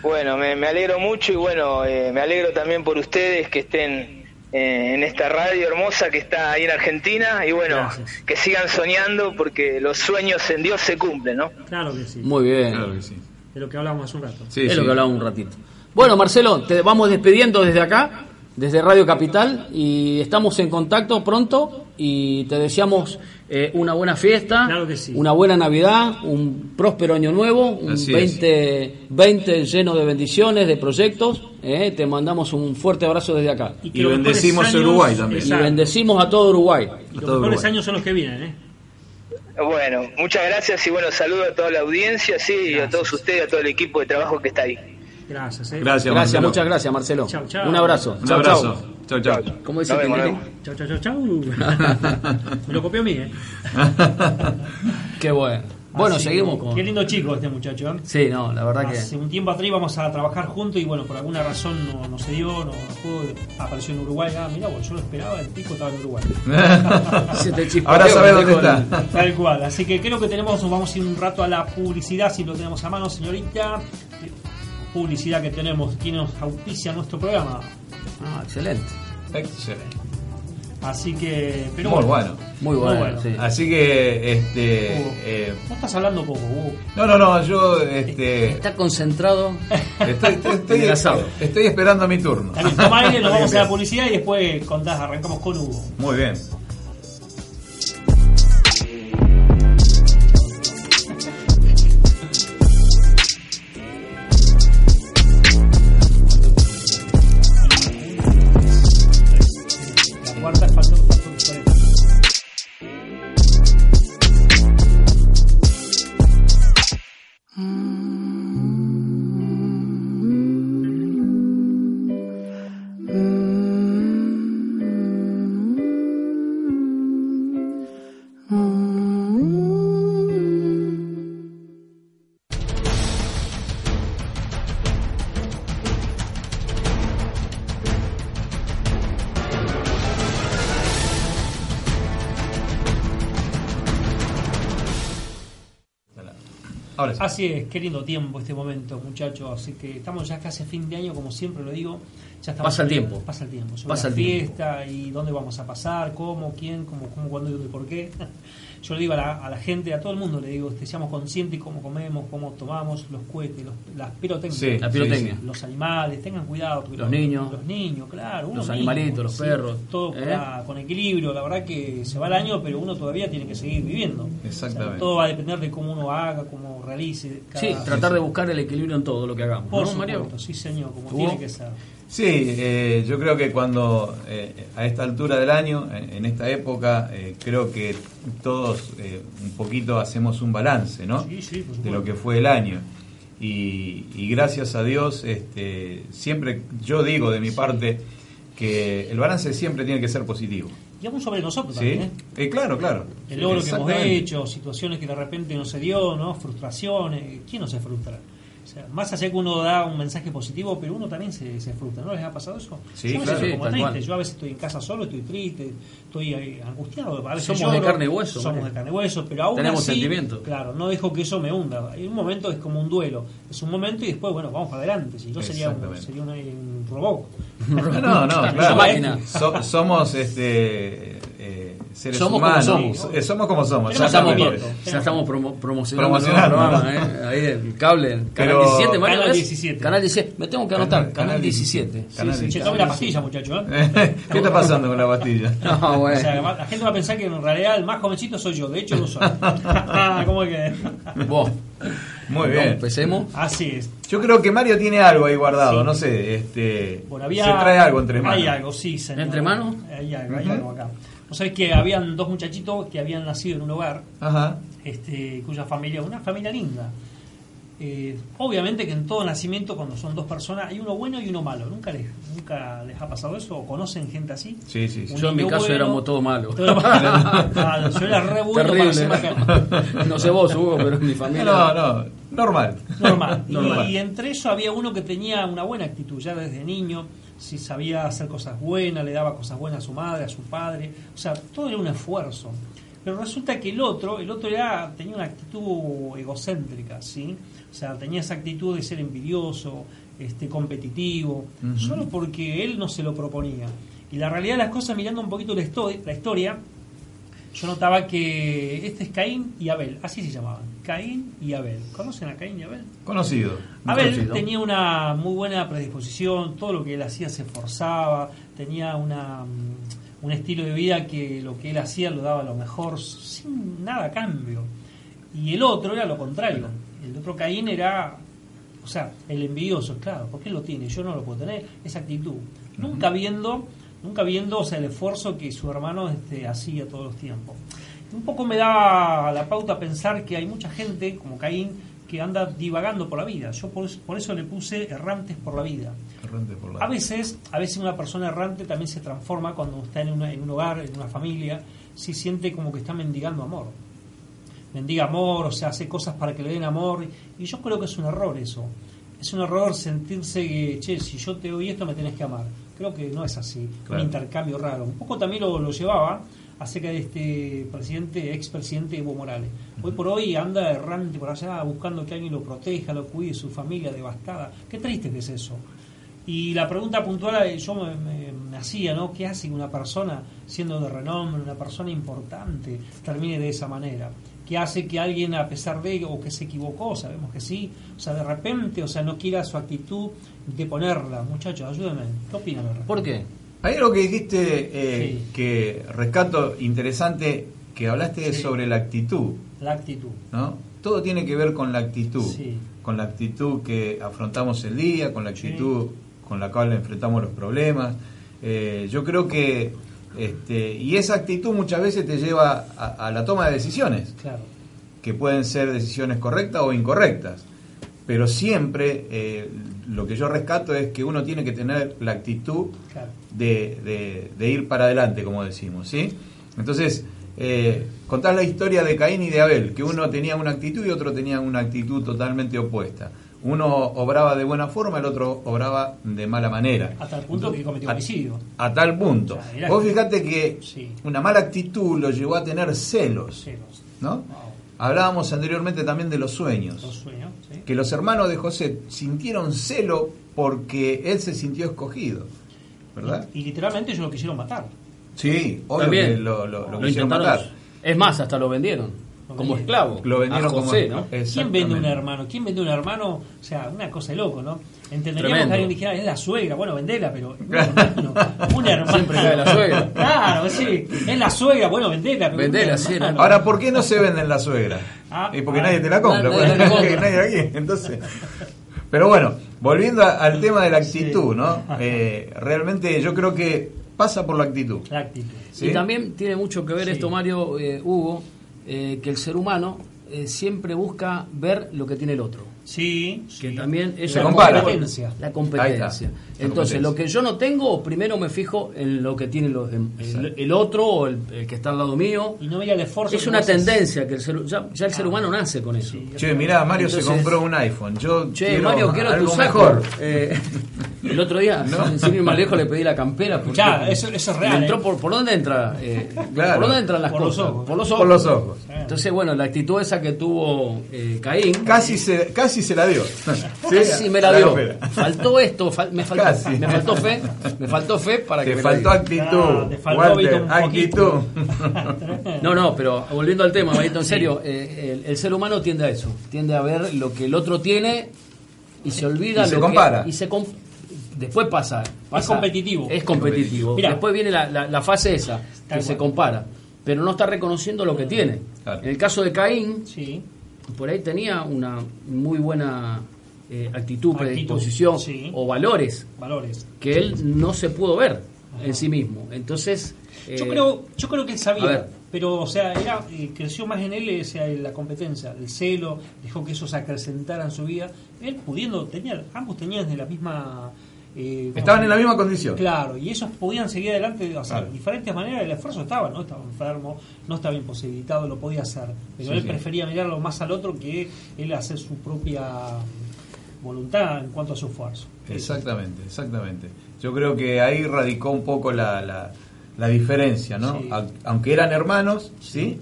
[SPEAKER 6] Bueno, me, me alegro mucho y bueno, eh, me alegro también por ustedes que estén eh, en esta radio hermosa que está ahí en Argentina y bueno,
[SPEAKER 2] Gracias.
[SPEAKER 6] que sigan soñando porque los sueños en Dios se cumplen, ¿no?
[SPEAKER 2] Claro que sí.
[SPEAKER 3] Muy bien.
[SPEAKER 1] Claro que sí.
[SPEAKER 2] De lo que hablábamos hace un rato.
[SPEAKER 1] Sí,
[SPEAKER 3] es
[SPEAKER 1] sí.
[SPEAKER 3] lo que hablaba un ratito. Bueno, Marcelo, te vamos despidiendo desde acá, desde Radio Capital, y estamos en contacto pronto y te deseamos eh, una buena fiesta,
[SPEAKER 2] Claro que sí.
[SPEAKER 3] una buena Navidad, un próspero año nuevo, un
[SPEAKER 1] Así
[SPEAKER 3] 20, 20 lleno de bendiciones, de proyectos. eh, te mandamos un fuerte abrazo desde acá.
[SPEAKER 2] que
[SPEAKER 1] Y
[SPEAKER 2] los mejores
[SPEAKER 1] bendecimos a Uruguay también.
[SPEAKER 3] ¿eh? Y
[SPEAKER 2] Exacto.
[SPEAKER 3] bendecimos a todo Uruguay.
[SPEAKER 2] Y
[SPEAKER 1] A
[SPEAKER 2] los
[SPEAKER 1] todo
[SPEAKER 2] mejores
[SPEAKER 1] Uruguay.
[SPEAKER 2] años son los que vienen, ¿eh?
[SPEAKER 6] Bueno, muchas gracias y bueno, saludo a toda la audiencia, sí, y a
[SPEAKER 2] Gracias.
[SPEAKER 6] todos ustedes, a todo el equipo de trabajo que está ahí.
[SPEAKER 2] Gracias, ¿eh?
[SPEAKER 1] Gracias,
[SPEAKER 3] Gracias,
[SPEAKER 1] Marcelo.
[SPEAKER 3] muchas gracias, Marcelo.
[SPEAKER 2] Chau, chau.
[SPEAKER 3] Un abrazo.
[SPEAKER 1] Un
[SPEAKER 3] Chau, chau.
[SPEAKER 1] abrazo. Chau, chau.
[SPEAKER 3] ¿Cómo dice
[SPEAKER 6] Nos vemos,
[SPEAKER 3] Tinelli?
[SPEAKER 6] nos vemos.
[SPEAKER 2] Chau, chau, chau, chau. Me lo copió a mí, ¿eh?
[SPEAKER 3] Qué bueno. Bueno,
[SPEAKER 2] Así que,
[SPEAKER 3] seguimos con...
[SPEAKER 2] Qué lindo chico este muchacho, ¿eh?
[SPEAKER 3] Sí, no, la
[SPEAKER 1] Ah,
[SPEAKER 3] verdad que...
[SPEAKER 2] Hace un tiempo atrás íbamos a trabajar juntos y bueno, por alguna razón no, no se dio, no, no pudo, apareció en Uruguay. Ah, mira, yo lo esperaba, el pico estaba en Uruguay.
[SPEAKER 3] Se te chispoteó,
[SPEAKER 1] Ahora sabes dónde
[SPEAKER 3] con-
[SPEAKER 1] está.
[SPEAKER 2] Tal cual, así que creo que tenemos, nos vamos a ir un rato a la publicidad, si lo tenemos a mano, señorita. Publicidad que tenemos, que nos auspicia nuestro programa.
[SPEAKER 3] Ah, excelente.
[SPEAKER 1] Excelente.
[SPEAKER 2] Así que, pero
[SPEAKER 1] Muy bueno.
[SPEAKER 3] Muy bueno,
[SPEAKER 2] bueno.
[SPEAKER 3] sí.
[SPEAKER 1] Así que, este.
[SPEAKER 3] Uh.
[SPEAKER 2] Hugo,
[SPEAKER 1] eh,
[SPEAKER 2] vos estás hablando poco, Hugo.
[SPEAKER 1] no, no, no, yo. Este,
[SPEAKER 3] Está concentrado.
[SPEAKER 1] estoy, estoy- estoy-
[SPEAKER 3] En el asado.
[SPEAKER 1] estoy esperando mi turno.
[SPEAKER 2] También toma aire, nos vamos a la publicidad y después contás, arrancamos con Hugo.
[SPEAKER 1] Muy bien.
[SPEAKER 2] La cuarta es faltó, faltó 40.
[SPEAKER 1] Ahora sí.
[SPEAKER 2] Así es, qué lindo tiempo este momento, muchachos. Así que estamos ya casi a fin de año, como siempre lo digo. Ya estamos
[SPEAKER 3] Pasa el tiempo.
[SPEAKER 2] Pasa el tiempo. Sobre
[SPEAKER 3] Pasa
[SPEAKER 2] la
[SPEAKER 3] el
[SPEAKER 2] fiesta y dónde vamos a pasar, cómo, quién, cómo, cómo cuándo y dónde y por qué. Yo le digo a la, a la gente, a todo el mundo, le digo, este, seamos conscientes cómo comemos, cómo tomamos, los cohetes, los- las pirotecnias.
[SPEAKER 1] Sí,
[SPEAKER 3] La pirotecnia.
[SPEAKER 1] sí,
[SPEAKER 2] Los animales, tengan cuidado. porque
[SPEAKER 3] Los niños.
[SPEAKER 2] Los niños, claro. uno
[SPEAKER 3] Los
[SPEAKER 2] mismo,
[SPEAKER 3] animalitos, los perros,
[SPEAKER 2] Todo
[SPEAKER 3] ¿eh?
[SPEAKER 2] para- con equilibrio. La verdad que se va el año, pero uno todavía tiene que seguir viviendo.
[SPEAKER 1] Exactamente.
[SPEAKER 2] O sea, todo va a depender de cómo uno haga, cómo realice. cada-
[SPEAKER 3] Sí, tratar de buscar el equilibrio en todo lo que hagamos.
[SPEAKER 2] Por
[SPEAKER 3] ¿no, Mario?
[SPEAKER 2] supuesto, sí señor, como
[SPEAKER 3] ¿Tú?
[SPEAKER 2] tiene que ser.
[SPEAKER 1] Sí, eh, yo creo que cuando eh, a esta altura del año, en, en esta época, eh, creo que todos eh, un poquito hacemos un balance, ¿no?
[SPEAKER 2] Sí, sí, por
[SPEAKER 1] de
[SPEAKER 2] supuesto.
[SPEAKER 1] lo que fue el año. Y, y gracias a Dios, este, siempre yo digo de mi parte que el balance siempre tiene que ser positivo.
[SPEAKER 2] Y aún sobre nosotros
[SPEAKER 1] ¿sí?
[SPEAKER 2] también, ¿eh?
[SPEAKER 1] Eh, claro, claro.
[SPEAKER 2] El logro que hemos
[SPEAKER 1] Exactamente.
[SPEAKER 2] hecho, situaciones que de repente no se dio, ¿no? Frustraciones. ¿Quién no se frustra? O sea, más allá que uno da un mensaje positivo, pero uno también se, se frustra, ¿no les ha pasado eso?
[SPEAKER 1] Sí,
[SPEAKER 2] Yo me
[SPEAKER 1] claro,
[SPEAKER 2] siento
[SPEAKER 3] sí,
[SPEAKER 2] como
[SPEAKER 3] tal
[SPEAKER 2] triste.
[SPEAKER 3] cual.
[SPEAKER 2] Yo a veces estoy en casa solo, estoy triste, estoy eh, angustiado. A veces
[SPEAKER 3] Somos
[SPEAKER 2] lloro,
[SPEAKER 3] de carne y hueso,
[SPEAKER 2] Somos
[SPEAKER 3] Mario.
[SPEAKER 2] de carne y hueso, pero aún
[SPEAKER 3] Tenemos
[SPEAKER 2] así,
[SPEAKER 3] sentimientos.
[SPEAKER 2] Claro, no dejo que eso me hunda. En un momento es como un duelo. Es un momento y después, bueno, vamos para adelante. Si yo sería un,
[SPEAKER 1] Exactamente.
[SPEAKER 2] sería un, un robot.
[SPEAKER 1] No, no,
[SPEAKER 3] Una
[SPEAKER 1] claro.
[SPEAKER 3] máquina.
[SPEAKER 1] So- somos este, eh, seres
[SPEAKER 3] Somos como
[SPEAKER 1] humanos.
[SPEAKER 3] somos.
[SPEAKER 1] Eh, somos como somos.
[SPEAKER 2] Tenemos
[SPEAKER 3] estamos,
[SPEAKER 1] exactamente.
[SPEAKER 2] sentimientos.
[SPEAKER 3] ya estamos promo- promocionando.
[SPEAKER 1] Promocionando,
[SPEAKER 3] el programa,
[SPEAKER 1] ¿no?
[SPEAKER 3] ¿eh? Ahí el cable. el Canal
[SPEAKER 1] Pero-
[SPEAKER 3] 17, Mario,
[SPEAKER 2] Canal
[SPEAKER 3] ¿ves?
[SPEAKER 2] 17.
[SPEAKER 3] Canal 17. Me tengo que anotar. Canal, 17.
[SPEAKER 1] Canal
[SPEAKER 3] Sí, sí.
[SPEAKER 2] Che, tome la pastilla, muchacho. ¿eh?
[SPEAKER 1] ¿Qué está pasando con la pastilla?
[SPEAKER 3] No,
[SPEAKER 2] O
[SPEAKER 3] bueno.
[SPEAKER 1] Eh.
[SPEAKER 2] sea, la gente va a pensar que en realidad el más jovencito soy yo, de hecho no soy. ¿Cómo es que?
[SPEAKER 3] Vos.
[SPEAKER 1] Muy
[SPEAKER 3] No, pues.
[SPEAKER 1] bien.
[SPEAKER 3] empecemos.
[SPEAKER 2] Así es.
[SPEAKER 1] Yo creo que Mario tiene algo ahí guardado, no sé, este,
[SPEAKER 2] Bueno, había,
[SPEAKER 1] se trae algo entre manos.
[SPEAKER 2] Hay algo, sí, señor.
[SPEAKER 3] ¿Entre manos?
[SPEAKER 2] Hay algo, hay
[SPEAKER 1] Ujú.
[SPEAKER 2] algo acá. Vos sabés que habían dos muchachitos que habían nacido en un hogar
[SPEAKER 1] Ajá.
[SPEAKER 2] este, cuya familia, una familia linda. Eh, obviamente que en todo nacimiento, cuando son dos personas, hay uno bueno y uno malo. ¿Nunca les, nunca les ha pasado eso? ¿O conocen gente así?
[SPEAKER 1] Sí, sí, sí.
[SPEAKER 3] Yo en mi
[SPEAKER 2] niño
[SPEAKER 3] caso
[SPEAKER 2] bueno-
[SPEAKER 3] éramos todos malos.
[SPEAKER 2] Todo lo- Claro, Ah, yo era re bueno para
[SPEAKER 3] Terrible.
[SPEAKER 2] ser bacán.
[SPEAKER 3] No sé vos, Hugo, pero en mi familia.
[SPEAKER 1] No, no, normal.
[SPEAKER 2] Normal. Y-
[SPEAKER 1] Normal.
[SPEAKER 2] Y, eh, entre eso había uno que tenía una buena actitud ya desde niño, si sabía hacer cosas buenas, le daba cosas buenas a su madre, a su padre, o sea, todo era un esfuerzo. Pero resulta que el otro, el otro era, tenía una actitud egocéntrica, ¿sí? O sea, tenía esa actitud de ser envidioso, este, competitivo,
[SPEAKER 1] Ujú.
[SPEAKER 2] solo porque él no se lo proponía. Y la realidad de las cosas, mirando un poquito la, histo- la historia, yo notaba que este es Caín y Abel, así se llamaban, Caín y Abel. ¿Conocen a Caín y Abel?
[SPEAKER 1] Conocido.
[SPEAKER 2] Abel
[SPEAKER 3] Conocido.
[SPEAKER 2] tenía una muy buena predisposición, todo lo que él hacía se esforzaba, tenía una, mm, un estilo de vida que lo que él hacía lo daba lo mejor, sin nada a cambio. Y el otro era lo contrario, el otro Caín era, o sea, el envidioso, claro, porque él lo tiene, yo no lo puedo tener, esa actitud. Nunca viendo, nunca viendo, o sea, el esfuerzo que su hermano este, hacía todos los tiempos. Un poco me da la pauta pensar que hay mucha gente, como Caín, que anda divagando por la vida. Yo por, por eso le puse errantes por la vida.
[SPEAKER 1] Errante por la-
[SPEAKER 2] A veces, a veces una persona errante también se transforma cuando está en, una- en un hogar, en una familia, si siente como que está mendigando amor. Mendiga amor, o sea, hace cosas para que le den amor. Y yo creo que es un error eso. Es un error sentirse que, che, si yo te doy esto me tenés que amar. Creo que no es así.
[SPEAKER 1] Claro.
[SPEAKER 2] Un intercambio raro. Un poco también lo, lo llevaba acerca de este presidente, expresidente Evo Morales. Hoy por hoy anda errante por allá buscando que alguien lo proteja, lo cuide, su familia devastada. Qué triste que es eso. Y la pregunta puntual eh, yo me, me- me hacía, ¿no? ¿Qué hace que una persona, siendo de renombre, una persona importante, termine de esa manera? ¿Qué hace que alguien, a pesar de, o que se equivocó, sabemos que sí, o sea, de repente, o sea, no quiera su actitud de ponerla? Muchachos, ayúdenme. ¿Qué opinan? al respecto?
[SPEAKER 3] ¿Por qué?
[SPEAKER 1] Hay algo que dijiste eh,
[SPEAKER 2] Sí.
[SPEAKER 1] que rescato interesante, que hablaste
[SPEAKER 2] Sí.
[SPEAKER 1] sobre la actitud,
[SPEAKER 2] La actitud.
[SPEAKER 1] ¿no? Todo tiene que ver con la actitud,
[SPEAKER 2] Sí.
[SPEAKER 1] con la actitud que afrontamos el día, con la actitud con la cual enfrentamos los problemas. Eh, yo creo que, este, y esa actitud muchas veces te lleva a- a la toma de decisiones.
[SPEAKER 2] Claro.
[SPEAKER 1] que pueden ser decisiones correctas o incorrectas. Pero siempre eh, lo que yo rescato es que uno tiene que tener la actitud
[SPEAKER 2] Claro.
[SPEAKER 1] de, de- de ir para adelante, como decimos, ¿sí? Entonces, eh, contás la historia de Caín y de Abel, que uno tenía una actitud y otro tenía una actitud totalmente opuesta. Uno obraba de buena forma, el otro obraba de mala manera.
[SPEAKER 2] Hasta el punto que cometió
[SPEAKER 1] A-
[SPEAKER 2] homicidio.
[SPEAKER 1] A tal punto.
[SPEAKER 2] O sea, era-
[SPEAKER 1] Vos fijate que
[SPEAKER 2] Sí.
[SPEAKER 1] una mala actitud lo llevó a tener celos,
[SPEAKER 2] Celos.
[SPEAKER 1] ¿no?
[SPEAKER 2] Wow.
[SPEAKER 1] Hablábamos anteriormente también de los
[SPEAKER 2] Dos
[SPEAKER 1] sueños,
[SPEAKER 2] sueños, ¿sí?
[SPEAKER 1] que los hermanos de José sintieron celo porque él se sintió escogido, ¿verdad?
[SPEAKER 2] Y, y literalmente ellos lo quisieron matar.
[SPEAKER 1] Sí, obvio
[SPEAKER 3] También.
[SPEAKER 1] que lo, lo- lo
[SPEAKER 3] Lo
[SPEAKER 1] quisieron
[SPEAKER 3] intentaron.
[SPEAKER 1] matar.
[SPEAKER 3] Es más, hasta lo vendieron.
[SPEAKER 2] Lo
[SPEAKER 3] Como
[SPEAKER 2] vendieron.
[SPEAKER 3] esclavo.
[SPEAKER 1] Lo vendieron
[SPEAKER 3] a José,
[SPEAKER 1] como Eh,
[SPEAKER 2] ¿Quién
[SPEAKER 3] ¿no?
[SPEAKER 2] vende un
[SPEAKER 1] Exactamente.
[SPEAKER 2] hermano? ¿Quién vende un hermano? O sea, una cosa de loco, ¿no? Entenderíamos
[SPEAKER 3] Tremendo.
[SPEAKER 2] que alguien dijera, es la suegra, bueno, vendela, pero un hermano, un hermano.
[SPEAKER 3] Siempre cae la suegra.
[SPEAKER 2] Claro, sí, es la suegra, bueno, vendela, pero un
[SPEAKER 3] Vendela, sí,
[SPEAKER 2] hermano.
[SPEAKER 3] no.
[SPEAKER 1] Ahora, ¿por qué no se venden la suegra?
[SPEAKER 2] Ah,
[SPEAKER 1] y porque
[SPEAKER 2] ah.
[SPEAKER 1] nadie te la compra,
[SPEAKER 3] Nadie
[SPEAKER 1] porque
[SPEAKER 3] la
[SPEAKER 1] nadie,
[SPEAKER 3] compra.
[SPEAKER 1] nadie la quiere, entonces. Pero bueno, volviendo a- al tema de la actitud, ¿no? Eh, realmente yo creo que pasa por la actitud.
[SPEAKER 2] La actitud.
[SPEAKER 1] ¿sí?
[SPEAKER 3] Y también tiene mucho que ver
[SPEAKER 2] Sí.
[SPEAKER 3] esto, Mario, eh, Hugo, eh, que el ser humano eh, siempre busca ver lo que tiene el otro.
[SPEAKER 2] Sí,
[SPEAKER 3] Que
[SPEAKER 2] sí.
[SPEAKER 3] también es
[SPEAKER 1] Se
[SPEAKER 3] la
[SPEAKER 1] compara.
[SPEAKER 3] competencia. La
[SPEAKER 1] Ahí está,
[SPEAKER 3] competencia.
[SPEAKER 1] la competencia.
[SPEAKER 3] Entonces, lo que yo no tengo, primero me fijo en lo que tiene los- en- el, el otro o el, el que está al lado mío.
[SPEAKER 2] Y no veía el esfuerzo.
[SPEAKER 3] Es
[SPEAKER 2] que
[SPEAKER 3] una
[SPEAKER 2] vos haces.
[SPEAKER 3] tendencia que el ser, ya, ya el ser humano nace con eso.
[SPEAKER 2] Sí.
[SPEAKER 1] Che, mirá, Mario se
[SPEAKER 3] Entonces-
[SPEAKER 1] compró un iPhone. Yo
[SPEAKER 3] Che,
[SPEAKER 1] quiero
[SPEAKER 3] Mario, quiero
[SPEAKER 1] algo
[SPEAKER 3] tu saco.
[SPEAKER 1] mejor.
[SPEAKER 3] Eh, el otro día, sin- sin ir más lejos, le pedí la campera. porque
[SPEAKER 2] Escuchá, eso- eso es
[SPEAKER 3] me
[SPEAKER 2] real,
[SPEAKER 3] Entró
[SPEAKER 2] eh.
[SPEAKER 3] por, ¿Por dónde entra? Eh,
[SPEAKER 1] Claro.
[SPEAKER 3] ¿Por dónde entran las
[SPEAKER 2] Por los
[SPEAKER 3] cosas?
[SPEAKER 2] ojos.
[SPEAKER 3] Por los ojos.
[SPEAKER 1] Por los ojos.
[SPEAKER 3] Entonces, bueno, la actitud esa que tuvo eh, Caín.
[SPEAKER 1] Casi se, casi se la dio.
[SPEAKER 3] Casi me la
[SPEAKER 1] dio
[SPEAKER 3] dio. Faltó esto, fal- me, faltó,
[SPEAKER 1] Casi.
[SPEAKER 3] me faltó fe. Me faltó fe para que
[SPEAKER 1] Te
[SPEAKER 3] me la
[SPEAKER 1] faltó
[SPEAKER 3] diga.
[SPEAKER 1] actitud.
[SPEAKER 2] Ah, te faltó
[SPEAKER 1] Walter,
[SPEAKER 2] un
[SPEAKER 1] actitud.
[SPEAKER 2] poquito.
[SPEAKER 3] No, no, pero volviendo al tema, Marito, en serio, eh, el, el ser humano tiende a eso, tiende a ver lo que el otro tiene y se olvida
[SPEAKER 1] Y se
[SPEAKER 3] lo que-
[SPEAKER 1] compara.
[SPEAKER 3] y se com- después pasa, pasa-
[SPEAKER 2] competitivo.
[SPEAKER 3] Es competitivo.
[SPEAKER 2] Mirá.
[SPEAKER 3] después viene la, la- la fase esa, que
[SPEAKER 2] Tal
[SPEAKER 3] se
[SPEAKER 2] cual.
[SPEAKER 3] compara, pero no está reconociendo lo que tiene.
[SPEAKER 1] Claro.
[SPEAKER 3] En el caso de Caín,
[SPEAKER 2] Sí.
[SPEAKER 3] por ahí tenía una muy buena eh, actitud,
[SPEAKER 2] Actitud,
[SPEAKER 3] predisposición
[SPEAKER 2] sí.
[SPEAKER 3] o valores
[SPEAKER 2] Valores.
[SPEAKER 3] que él no se pudo ver en sí mismo. Entonces,
[SPEAKER 2] Yo
[SPEAKER 3] eh,
[SPEAKER 2] creo, yo creo que él sabía,
[SPEAKER 3] a ver.
[SPEAKER 2] pero o sea, era, eh, creció más en él eh, o sea, en la competencia, el celo, dejó que eso se acrecentara en su vida. Él pudiendo, tenía, ambos tenían de la misma... eh,
[SPEAKER 1] Estaban en la misma condición.
[SPEAKER 2] Claro, y ellos podían seguir adelante, o sea,
[SPEAKER 1] Claro.
[SPEAKER 2] de diferentes maneras, el esfuerzo estaba, no estaba enfermo, no estaba imposibilitado, lo podía hacer, pero
[SPEAKER 1] Sí,
[SPEAKER 2] él
[SPEAKER 1] sí.
[SPEAKER 2] prefería mirarlo más al otro que él hacer su propia voluntad en cuanto a su esfuerzo.
[SPEAKER 1] Exactamente, exactamente. Yo creo que ahí radicó un poco la, la- la diferencia, ¿no?
[SPEAKER 2] Sí.
[SPEAKER 1] A- Aunque eran hermanos, ¿sí?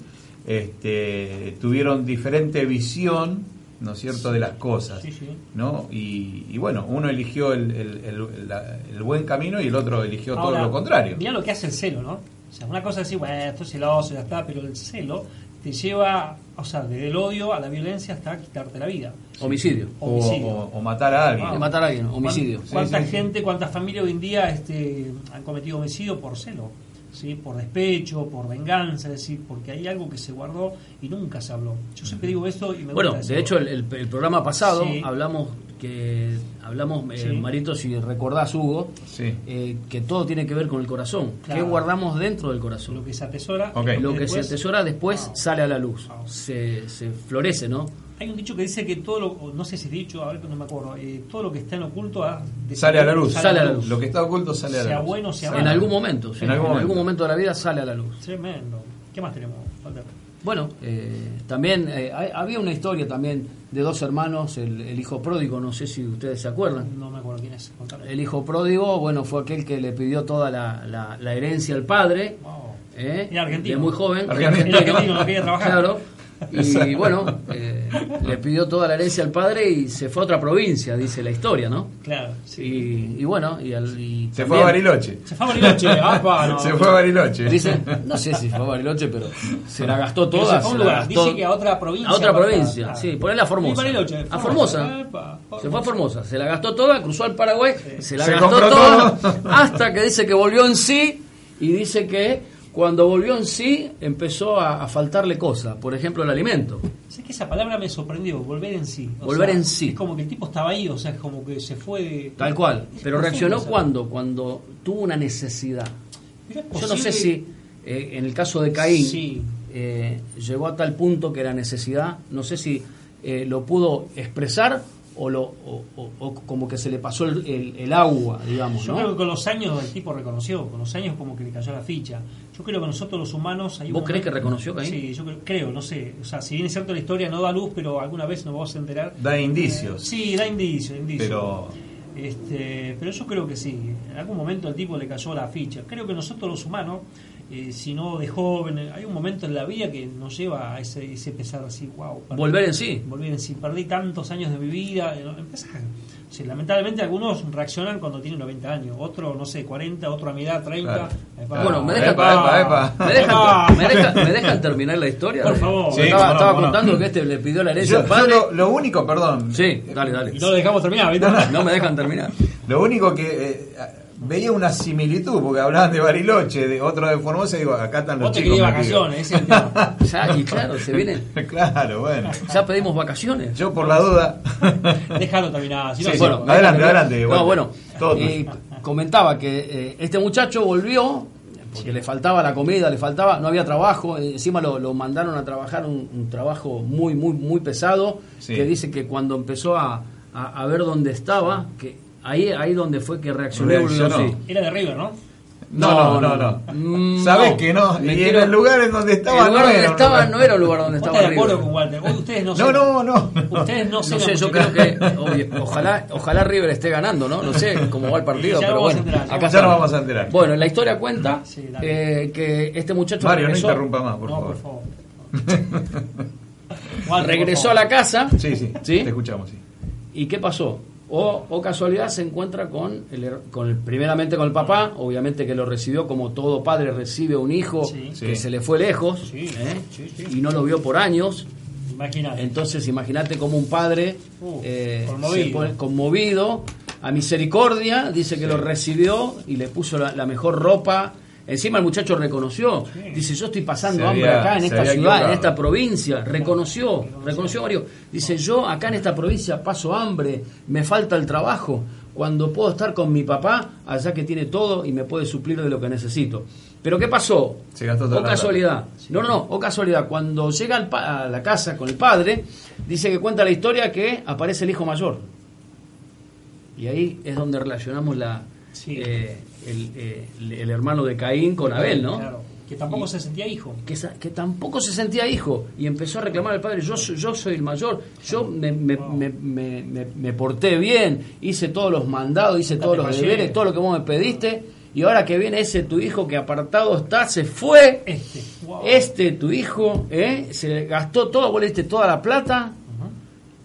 [SPEAKER 1] Este, tuvieron diferente visión, ¿no es cierto?, de las cosas,
[SPEAKER 2] Sí, sí.
[SPEAKER 1] ¿no? Y, y bueno, uno eligió el, el- el- la- el buen camino y el otro eligió
[SPEAKER 2] Ahora,
[SPEAKER 1] todo lo contrario.
[SPEAKER 2] Mirá lo que hace el celo, ¿no? O sea, una cosa es decir, bueno, esto es celoso, ya está, pero el celo te lleva, o sea, desde el odio a la violencia hasta quitarte la vida.
[SPEAKER 3] homicidio.
[SPEAKER 1] O,
[SPEAKER 2] Homicidio.
[SPEAKER 1] o- o matar a
[SPEAKER 2] Ah.
[SPEAKER 1] alguien.
[SPEAKER 3] De matar a alguien, homicidio.
[SPEAKER 2] ¿Cuán- ¿Cuánta gente, cuántas familias hoy en día este, han cometido homicidio por celo? ¿sí? Por despecho, por venganza, es decir, porque hay algo que se guardó y nunca se habló. Yo siempre digo esto y me
[SPEAKER 3] Bueno,
[SPEAKER 2] gusta
[SPEAKER 3] de
[SPEAKER 2] decirlo.
[SPEAKER 3] hecho, el, el- el programa pasado
[SPEAKER 2] Sí.
[SPEAKER 3] hablamos que hablamos, eh,
[SPEAKER 2] Sí.
[SPEAKER 3] Marito, si recordás, Hugo,
[SPEAKER 1] Sí.
[SPEAKER 3] eh, que todo tiene que ver con el corazón.
[SPEAKER 2] Claro.
[SPEAKER 3] ¿Qué guardamos dentro del corazón?
[SPEAKER 2] lo que se atesora...
[SPEAKER 1] Ok.
[SPEAKER 3] Lo que se
[SPEAKER 2] después- Ah.
[SPEAKER 3] atesora después
[SPEAKER 2] Wow.
[SPEAKER 3] sale a la luz,
[SPEAKER 2] Wow.
[SPEAKER 3] se, se florece, ¿no?
[SPEAKER 2] Hay un dicho que dice que todo lo, o no sé si es dicho, a ver, no me acuerdo, eh, todo lo que está en oculto ah,
[SPEAKER 1] Sale a la luz.
[SPEAKER 3] Sale a la luz.
[SPEAKER 1] Lo que está oculto sale a la
[SPEAKER 2] Sea
[SPEAKER 1] luz.
[SPEAKER 2] bueno, sea malo.
[SPEAKER 1] Sale a
[SPEAKER 3] En
[SPEAKER 1] la
[SPEAKER 3] algún
[SPEAKER 1] luz.
[SPEAKER 3] momento, sí,
[SPEAKER 1] En algún momento.
[SPEAKER 3] de la vida sale a la luz.
[SPEAKER 2] Tremendo. ¿Qué más tenemos? Walter?
[SPEAKER 3] Bueno, eh, también eh, hay- había una historia también de dos hermanos, el, el hijo pródigo, no sé si ustedes se acuerdan.
[SPEAKER 2] No me acuerdo quién es. contame.
[SPEAKER 3] El hijo pródigo, bueno, fue aquel que le pidió toda la, la- la herencia al padre.
[SPEAKER 2] Wow.
[SPEAKER 3] ¿eh?
[SPEAKER 2] Era argentino.
[SPEAKER 3] De muy joven.
[SPEAKER 1] Argentino.
[SPEAKER 2] Era argentino, no quería trabajar.
[SPEAKER 3] Claro. Y bueno, eh, le pidió toda la herencia al padre y se fue a otra provincia, dice la historia, ¿no?
[SPEAKER 2] Claro. sí.
[SPEAKER 3] Y, y bueno, y, al, y
[SPEAKER 1] Se
[SPEAKER 3] también-
[SPEAKER 1] fue a Bariloche.
[SPEAKER 2] Se fue a Bariloche. apa, Ah, no.
[SPEAKER 1] Se fue a Bariloche.
[SPEAKER 3] Dice, no sé si fue a Bariloche, pero se la gastó
[SPEAKER 2] Pero
[SPEAKER 3] toda.
[SPEAKER 2] se fue a un
[SPEAKER 3] se la
[SPEAKER 2] lugar,
[SPEAKER 3] gastó-
[SPEAKER 2] dice que a otra provincia.
[SPEAKER 3] A otra
[SPEAKER 2] apartada.
[SPEAKER 3] provincia,
[SPEAKER 2] Ah.
[SPEAKER 3] sí, ponela a Formosa.
[SPEAKER 2] Y Bariloche,
[SPEAKER 3] a
[SPEAKER 2] Formosa.
[SPEAKER 3] Formosa.
[SPEAKER 2] Epa,
[SPEAKER 3] Se fue
[SPEAKER 2] Formosa.
[SPEAKER 3] a Formosa, se la gastó toda, cruzó al Paraguay, se la
[SPEAKER 1] Se
[SPEAKER 3] gastó
[SPEAKER 1] compró
[SPEAKER 3] toda,
[SPEAKER 1] todo.
[SPEAKER 3] hasta que dice que volvió en sí y dice que cuando volvió en sí empezó a, a faltarle cosas, por ejemplo el alimento.
[SPEAKER 2] Sé que esa palabra me sorprendió, volver en sí. O
[SPEAKER 3] Volver
[SPEAKER 2] sea,
[SPEAKER 3] en sí.
[SPEAKER 2] Es como que el tipo estaba ahí, o sea, es como que se fue. de-
[SPEAKER 3] Tal cual.
[SPEAKER 2] Es
[SPEAKER 3] Pero
[SPEAKER 2] profundo,
[SPEAKER 3] reaccionó
[SPEAKER 2] o sea.
[SPEAKER 3] cuando, cuando tuvo una necesidad.
[SPEAKER 2] Pero es
[SPEAKER 3] Yo no sé
[SPEAKER 2] posible-
[SPEAKER 3] si eh, en el caso de Caín
[SPEAKER 2] Sí.
[SPEAKER 3] eh, llegó a tal punto que la necesidad, no sé si eh, lo pudo expresar o, lo, o, o- o como que se le pasó el, el- el agua, digamos.
[SPEAKER 2] Yo
[SPEAKER 3] ¿no?
[SPEAKER 2] creo que con los años el tipo reconoció, con los años como que le cayó la ficha. Yo creo que nosotros los humanos... Hay un
[SPEAKER 3] ¿Vos creés
[SPEAKER 2] momento-
[SPEAKER 3] que reconoció, Caín?
[SPEAKER 2] Sí, yo creo, creo, no sé. O sea, si bien es cierto la historia no da luz, pero alguna vez nos vamos a enterar.
[SPEAKER 1] Da indicios.
[SPEAKER 2] Sí, da indicio, indicio.
[SPEAKER 1] Pero
[SPEAKER 2] Este, pero yo creo que sí, en algún momento al tipo le cayó la ficha. Creo que nosotros los humanos, eh, si no de joven, hay un momento en la vida que nos lleva a ese, ese pesar así, wow.
[SPEAKER 3] Volver en sí.
[SPEAKER 2] Volver en sí, perdí tantos años de mi vida. eh, no, empezás. O sea, lamentablemente algunos reaccionan cuando tienen 90 años, otro, no sé, 40, otro a mi edad, 30.
[SPEAKER 1] Claro.
[SPEAKER 2] Epa,
[SPEAKER 3] Bueno, me
[SPEAKER 1] deja-
[SPEAKER 3] dejan,
[SPEAKER 1] Epa, epa, epa.
[SPEAKER 3] me dejan-
[SPEAKER 2] Ah.
[SPEAKER 3] me dejan- me dejan terminar la historia. eh.
[SPEAKER 2] Por favor. Sí,
[SPEAKER 3] estaba
[SPEAKER 1] cómo no,
[SPEAKER 3] estaba
[SPEAKER 1] cómo no.
[SPEAKER 3] contando que este le pidió la herencia
[SPEAKER 1] yo,
[SPEAKER 3] al
[SPEAKER 1] yo
[SPEAKER 3] padre.
[SPEAKER 1] lo, lo único, perdón,
[SPEAKER 3] Sí, dale, dale.
[SPEAKER 2] Y no lo dejamos terminar, ¿viste?
[SPEAKER 3] No me dejan terminar.
[SPEAKER 1] lo único que eh, veía una similitud, porque hablaban de Bariloche, de otro de Formosa, y digo, acá están los
[SPEAKER 2] Vos te
[SPEAKER 1] chicos.
[SPEAKER 2] querés
[SPEAKER 1] metidos.
[SPEAKER 2] vacaciones, ¿eh? ese es el tema.
[SPEAKER 3] Ya, y claro, se vienen.
[SPEAKER 1] claro, bueno.
[SPEAKER 3] Ya pedimos vacaciones.
[SPEAKER 1] Yo por la duda.
[SPEAKER 2] Déjalo terminar. Si no,
[SPEAKER 1] Sí,
[SPEAKER 2] bueno,
[SPEAKER 1] sí. Adelante, adelante,
[SPEAKER 3] No,
[SPEAKER 1] Walter.
[SPEAKER 3] bueno,
[SPEAKER 1] Todo
[SPEAKER 3] eh, comentaba que eh, este muchacho volvió porque le faltaba la comida, le faltaba, no había trabajo, eh, encima lo, lo mandaron a trabajar un, un trabajo muy, muy, muy pesado,
[SPEAKER 1] Sí.
[SPEAKER 3] que dice que cuando empezó a, a- a ver dónde estaba, que ahí, ahí donde fue que reaccionó.
[SPEAKER 1] Reaccionó.
[SPEAKER 3] sí.
[SPEAKER 2] Era de River, ¿no?
[SPEAKER 1] No, no, no, no.
[SPEAKER 3] Mm,
[SPEAKER 1] Sabes
[SPEAKER 3] no.
[SPEAKER 1] que no.
[SPEAKER 3] Me
[SPEAKER 1] y
[SPEAKER 3] quiero-
[SPEAKER 1] en el lugar en donde
[SPEAKER 3] El
[SPEAKER 1] estaba.
[SPEAKER 3] lugar
[SPEAKER 1] no
[SPEAKER 3] donde
[SPEAKER 1] era un
[SPEAKER 3] estaba
[SPEAKER 1] lugar.
[SPEAKER 3] no era el lugar donde
[SPEAKER 2] ¿Vos
[SPEAKER 3] estaba
[SPEAKER 2] estás de acuerdo
[SPEAKER 3] River.
[SPEAKER 2] con Walter? Hoy ustedes no
[SPEAKER 1] No,
[SPEAKER 2] cenan.
[SPEAKER 1] no, no.
[SPEAKER 2] Ustedes no
[SPEAKER 3] No
[SPEAKER 2] cenan
[SPEAKER 3] sé, yo creo
[SPEAKER 2] mucho.
[SPEAKER 3] que obvio, ojalá, ojalá River esté ganando, ¿no? No sé cómo va el partido,
[SPEAKER 2] Ya
[SPEAKER 3] pero
[SPEAKER 2] vamos a
[SPEAKER 3] bueno,
[SPEAKER 2] enterar, ya
[SPEAKER 3] acá
[SPEAKER 2] vamos
[SPEAKER 1] Ya
[SPEAKER 3] está.
[SPEAKER 1] nos vamos a enterar.
[SPEAKER 3] Bueno, la historia cuenta
[SPEAKER 2] Sí, dale.
[SPEAKER 3] eh, que este muchacho
[SPEAKER 1] Mario, no
[SPEAKER 3] regresó,
[SPEAKER 1] interrumpa más, por
[SPEAKER 2] No,
[SPEAKER 1] favor.
[SPEAKER 2] por favor. Walter,
[SPEAKER 3] regresó a
[SPEAKER 2] por favor.
[SPEAKER 3] la casa
[SPEAKER 1] Sí, sí,
[SPEAKER 3] ¿Sí?
[SPEAKER 1] Te escuchamos, sí.
[SPEAKER 3] y ¿qué pasó? O, o casualidad se encuentra con, el, her- con el- primeramente con el papá, obviamente que lo recibió como todo padre recibe un hijo
[SPEAKER 2] Sí.
[SPEAKER 3] que
[SPEAKER 1] Sí.
[SPEAKER 3] se le fue lejos
[SPEAKER 2] Sí,
[SPEAKER 3] ¿eh?
[SPEAKER 2] sí, sí.
[SPEAKER 3] y no lo vio por años.
[SPEAKER 2] Imagínate.
[SPEAKER 3] Entonces, imagínate como un padre
[SPEAKER 2] Uh,
[SPEAKER 3] eh,
[SPEAKER 2] conmovido.
[SPEAKER 3] se pone conmovido a misericordia, dice que lo recibió y le puso la, la mejor ropa. Encima el muchacho reconoció, dice yo estoy pasando
[SPEAKER 1] Se
[SPEAKER 3] hambre
[SPEAKER 1] había-
[SPEAKER 3] acá en
[SPEAKER 1] se
[SPEAKER 3] esta
[SPEAKER 1] había
[SPEAKER 3] ciudad, en
[SPEAKER 1] equivocado.
[SPEAKER 3] esta provincia, reconoció, reconoció Mario, dice yo acá en esta provincia paso hambre, me falta el trabajo, cuando puedo estar con mi papá allá que tiene todo y me puede suplir de lo que necesito. Pero ¿qué pasó?
[SPEAKER 1] Se gastó toda
[SPEAKER 3] o
[SPEAKER 1] la
[SPEAKER 3] casualidad, no, no, no, o casualidad. Cuando llega al pa- a la casa con el padre, dice que cuenta la historia que aparece el hijo mayor. Y ahí es donde relacionamos la
[SPEAKER 2] Sí.
[SPEAKER 3] eh, el, eh, el- el hermano de Caín con Abel, ¿no?
[SPEAKER 2] Claro, que tampoco
[SPEAKER 3] Y-
[SPEAKER 2] se sentía hijo.
[SPEAKER 3] Que, sa- que tampoco se sentía hijo y empezó a reclamar al padre, yo, soy- yo soy el mayor, yo
[SPEAKER 2] Ah,
[SPEAKER 3] me, me- me- me- me- me porté bien, hice todos los mandados, hice todos los
[SPEAKER 2] fallé.
[SPEAKER 3] deberes, todo lo que vos me pediste,
[SPEAKER 2] Ah.
[SPEAKER 3] y ahora que viene ese tu hijo que apartado está, se fue,
[SPEAKER 2] Este. Wow.
[SPEAKER 3] este, tu hijo, ¿eh? se le gastó todo, vos le diste toda la plata.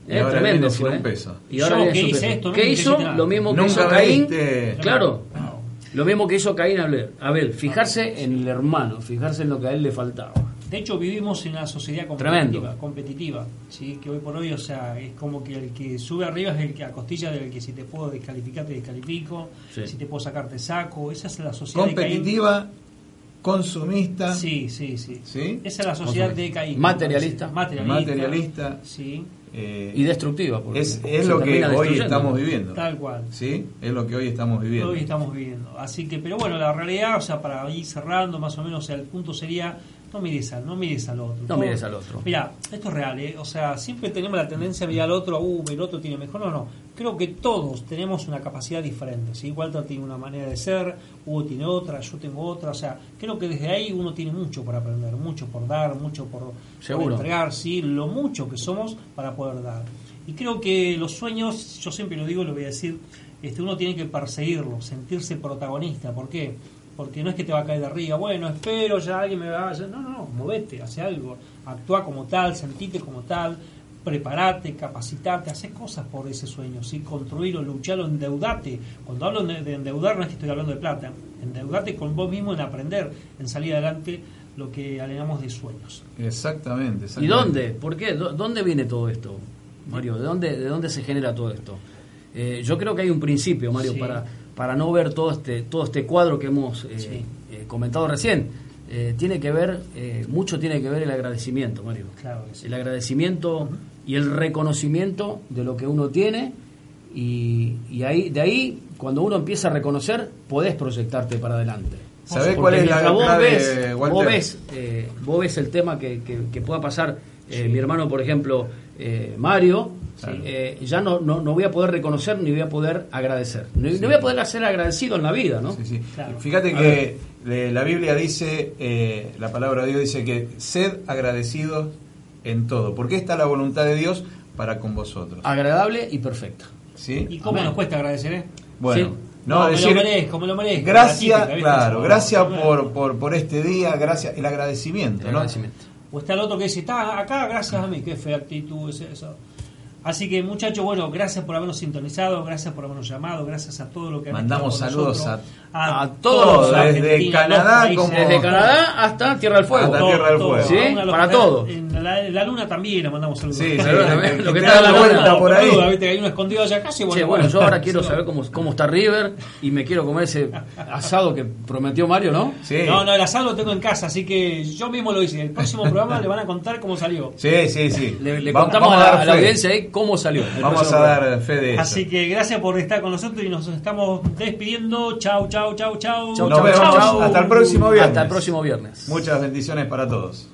[SPEAKER 1] Y
[SPEAKER 3] Eh,
[SPEAKER 1] ahora
[SPEAKER 3] tremendo
[SPEAKER 1] viene sin
[SPEAKER 3] fue,
[SPEAKER 1] un
[SPEAKER 3] ¿eh?
[SPEAKER 1] peso.
[SPEAKER 3] Y ahora
[SPEAKER 2] Yo,
[SPEAKER 3] viene
[SPEAKER 2] ¿qué
[SPEAKER 3] sin
[SPEAKER 2] hice
[SPEAKER 3] peso.
[SPEAKER 2] esto? No
[SPEAKER 3] ¿Qué
[SPEAKER 2] me
[SPEAKER 3] hizo?
[SPEAKER 2] hiciste nada.
[SPEAKER 3] Lo mismo que
[SPEAKER 1] Nunca
[SPEAKER 3] hizo
[SPEAKER 1] me
[SPEAKER 3] Caín.
[SPEAKER 1] diste.
[SPEAKER 3] Claro.
[SPEAKER 2] Wow.
[SPEAKER 3] Lo mismo que hizo Caín Abel. Abel,
[SPEAKER 1] Ah,
[SPEAKER 3] fijarse en el hermano, fijarse en lo que a él le faltaba.
[SPEAKER 2] De hecho, vivimos en una sociedad competitiva,
[SPEAKER 3] Tremendo.
[SPEAKER 2] competitiva ¿sí? que hoy por hoy, o sea, es como que el que sube arriba es el que a costilla del que si te puedo descalificar, te descalifico,
[SPEAKER 3] Sí.
[SPEAKER 2] si te puedo sacar, te saco. Esa es la sociedad
[SPEAKER 1] Competitiva,
[SPEAKER 2] de
[SPEAKER 1] consumista,
[SPEAKER 2] Caín. Sí, sí, sí,
[SPEAKER 1] ¿Sí?
[SPEAKER 2] Esa es la sociedad
[SPEAKER 1] Vamos a ver.
[SPEAKER 2] de Caín.
[SPEAKER 3] Materialista.
[SPEAKER 2] me parece. Materialista.
[SPEAKER 1] materialista.
[SPEAKER 2] Sí,
[SPEAKER 1] eh,
[SPEAKER 3] Y destructiva. porque
[SPEAKER 1] es
[SPEAKER 3] se
[SPEAKER 1] es lo que
[SPEAKER 3] termina
[SPEAKER 1] hoy
[SPEAKER 3] destruyendo.
[SPEAKER 1] estamos viviendo.
[SPEAKER 2] tal cual.
[SPEAKER 1] ¿Sí? Es lo que hoy estamos viviendo.
[SPEAKER 2] Hoy estamos viviendo. Así que, pero bueno, la realidad, o sea, para ir cerrando más o menos, o sea, el punto sería, no mires al, no mires al otro.
[SPEAKER 3] No mires al otro.
[SPEAKER 2] Mira, esto es real, ¿eh? O sea, siempre tenemos la tendencia a mirar al otro, uh, el otro tiene mejor. No, no. Creo que todos tenemos una capacidad diferente, ¿sí? Walter tiene una manera de ser, Hugo tiene otra, yo tengo otra. O sea, creo que desde ahí uno tiene mucho por aprender, mucho por dar, mucho por, por
[SPEAKER 3] Seguro.
[SPEAKER 2] entregar, ¿sí? Lo mucho que somos para poder dar. Y creo que los sueños, yo siempre lo digo, lo voy a decir, este, uno tiene que perseguirlo, sentirse protagonista. ¿Por qué? Porque no es que te va a caer de arriba, bueno, espero, ya alguien me va a... No, no, no, movete, hace algo, actúa como tal, sentite como tal, preparate, capacitate, haces cosas por ese sueño, ¿sí? construirlo, lucharlo, endeudate. Cuando hablo de de endeudar no es que estoy hablando de plata, endeudate con vos mismo en aprender, en salir adelante lo que alegamos de sueños.
[SPEAKER 1] Exactamente, exactamente.
[SPEAKER 3] ¿Y dónde? ¿Por qué? ¿Dó- ¿Dónde viene todo esto, Mario? ¿De dónde, de dónde se genera todo esto? Eh, yo creo que hay un principio, Mario,
[SPEAKER 2] Sí.
[SPEAKER 3] para, para no ver todo este, todo este cuadro que hemos eh,
[SPEAKER 2] Sí.
[SPEAKER 3] eh, comentado recién. Eh, tiene que ver, eh, mucho tiene que ver el agradecimiento, Mario.
[SPEAKER 2] Claro que sí.
[SPEAKER 3] El agradecimiento y el reconocimiento de lo que uno tiene. Y, y ahí, de ahí, cuando uno empieza a reconocer, podés proyectarte para adelante.
[SPEAKER 1] ¿Sabés
[SPEAKER 3] Porque
[SPEAKER 1] cuál es la
[SPEAKER 3] mientras vos
[SPEAKER 1] clave,
[SPEAKER 3] ves,
[SPEAKER 1] Walter?
[SPEAKER 3] vos ves, eh, vos ves el tema que, que- que pueda pasar eh, mi hermano, por ejemplo, eh, Mario, eh, ya no, no, no voy a poder reconocer ni voy a poder agradecer. Ni, no voy a poder ser agradecido en la vida, ¿no?
[SPEAKER 1] Sí, sí.
[SPEAKER 2] Claro.
[SPEAKER 1] Fíjate
[SPEAKER 3] A
[SPEAKER 1] que eh, la Biblia dice, eh, la palabra de Dios dice que sed agradecidos en todo, porque esta es la voluntad de Dios para con vosotros.
[SPEAKER 3] Agradable y perfecta.
[SPEAKER 1] ¿sí?
[SPEAKER 2] ¿Y cómo nos cuesta agradecer, eh?
[SPEAKER 1] Bueno,
[SPEAKER 3] Sí.
[SPEAKER 1] no,
[SPEAKER 2] me
[SPEAKER 1] decir,
[SPEAKER 2] lo merezco, me lo merezco. La
[SPEAKER 1] gracias,
[SPEAKER 2] típica, ¿viste?
[SPEAKER 1] claro,
[SPEAKER 2] Eso,
[SPEAKER 1] gracias
[SPEAKER 2] bueno.
[SPEAKER 1] por, por, por este día, gracias, el agradecimiento,
[SPEAKER 3] El
[SPEAKER 1] ¿no?
[SPEAKER 3] agradecimiento.
[SPEAKER 2] O está el otro que dice, está acá, gracias a mí, qué fea actitud es eso. Así que muchachos, bueno, gracias por habernos sintonizado, gracias por habernos llamado, gracias a todo lo que han
[SPEAKER 1] Mandamos
[SPEAKER 2] estado con
[SPEAKER 1] saludos
[SPEAKER 2] nosotros,
[SPEAKER 3] a todos,
[SPEAKER 2] la
[SPEAKER 1] desde
[SPEAKER 2] Argentina,
[SPEAKER 1] Canadá
[SPEAKER 2] los países.
[SPEAKER 1] como-
[SPEAKER 3] Desde Canadá hasta Tierra del Fuego.
[SPEAKER 1] Hasta Tierra del
[SPEAKER 2] Todo,
[SPEAKER 1] Fuego.
[SPEAKER 2] todo.
[SPEAKER 3] Sí,
[SPEAKER 2] Una
[SPEAKER 3] para
[SPEAKER 2] locura
[SPEAKER 3] todos.
[SPEAKER 2] en la la, la luna también la mandamos saludos.
[SPEAKER 1] Sí, sí,
[SPEAKER 3] Pero
[SPEAKER 1] el-
[SPEAKER 3] lo
[SPEAKER 1] el
[SPEAKER 3] que
[SPEAKER 1] que te
[SPEAKER 3] está
[SPEAKER 1] da
[SPEAKER 3] a
[SPEAKER 1] la vuelta
[SPEAKER 2] No,
[SPEAKER 1] por ahí.
[SPEAKER 2] boluda, viste, Hay uno escondido allá casi.
[SPEAKER 3] Che, bueno, yo ahora quiero saber cómo, cómo está River y me quiero comer ese asado que prometió Mario, ¿no?
[SPEAKER 1] Sí.
[SPEAKER 2] No, no, el asado lo tengo en casa, así que yo mismo lo hice. El próximo programa le van a contar cómo salió.
[SPEAKER 1] Sí, sí, sí.
[SPEAKER 3] Le, le
[SPEAKER 1] Va-
[SPEAKER 3] contamos a,
[SPEAKER 1] vamos
[SPEAKER 3] la,
[SPEAKER 1] dar
[SPEAKER 3] a la
[SPEAKER 1] fe.
[SPEAKER 3] audiencia ahí cómo salió. el
[SPEAKER 1] Vamos
[SPEAKER 3] próximo
[SPEAKER 1] a
[SPEAKER 3] programa.
[SPEAKER 1] dar fe de eso.
[SPEAKER 2] Así que gracias por estar con nosotros y nos estamos despidiendo. Chau, chau, chau, chau.
[SPEAKER 3] Chau,
[SPEAKER 1] Nos
[SPEAKER 3] chau,
[SPEAKER 1] vemos.
[SPEAKER 3] chau.
[SPEAKER 1] Hasta el próximo viernes.
[SPEAKER 3] Hasta el próximo viernes.
[SPEAKER 1] Muchas bendiciones para todos.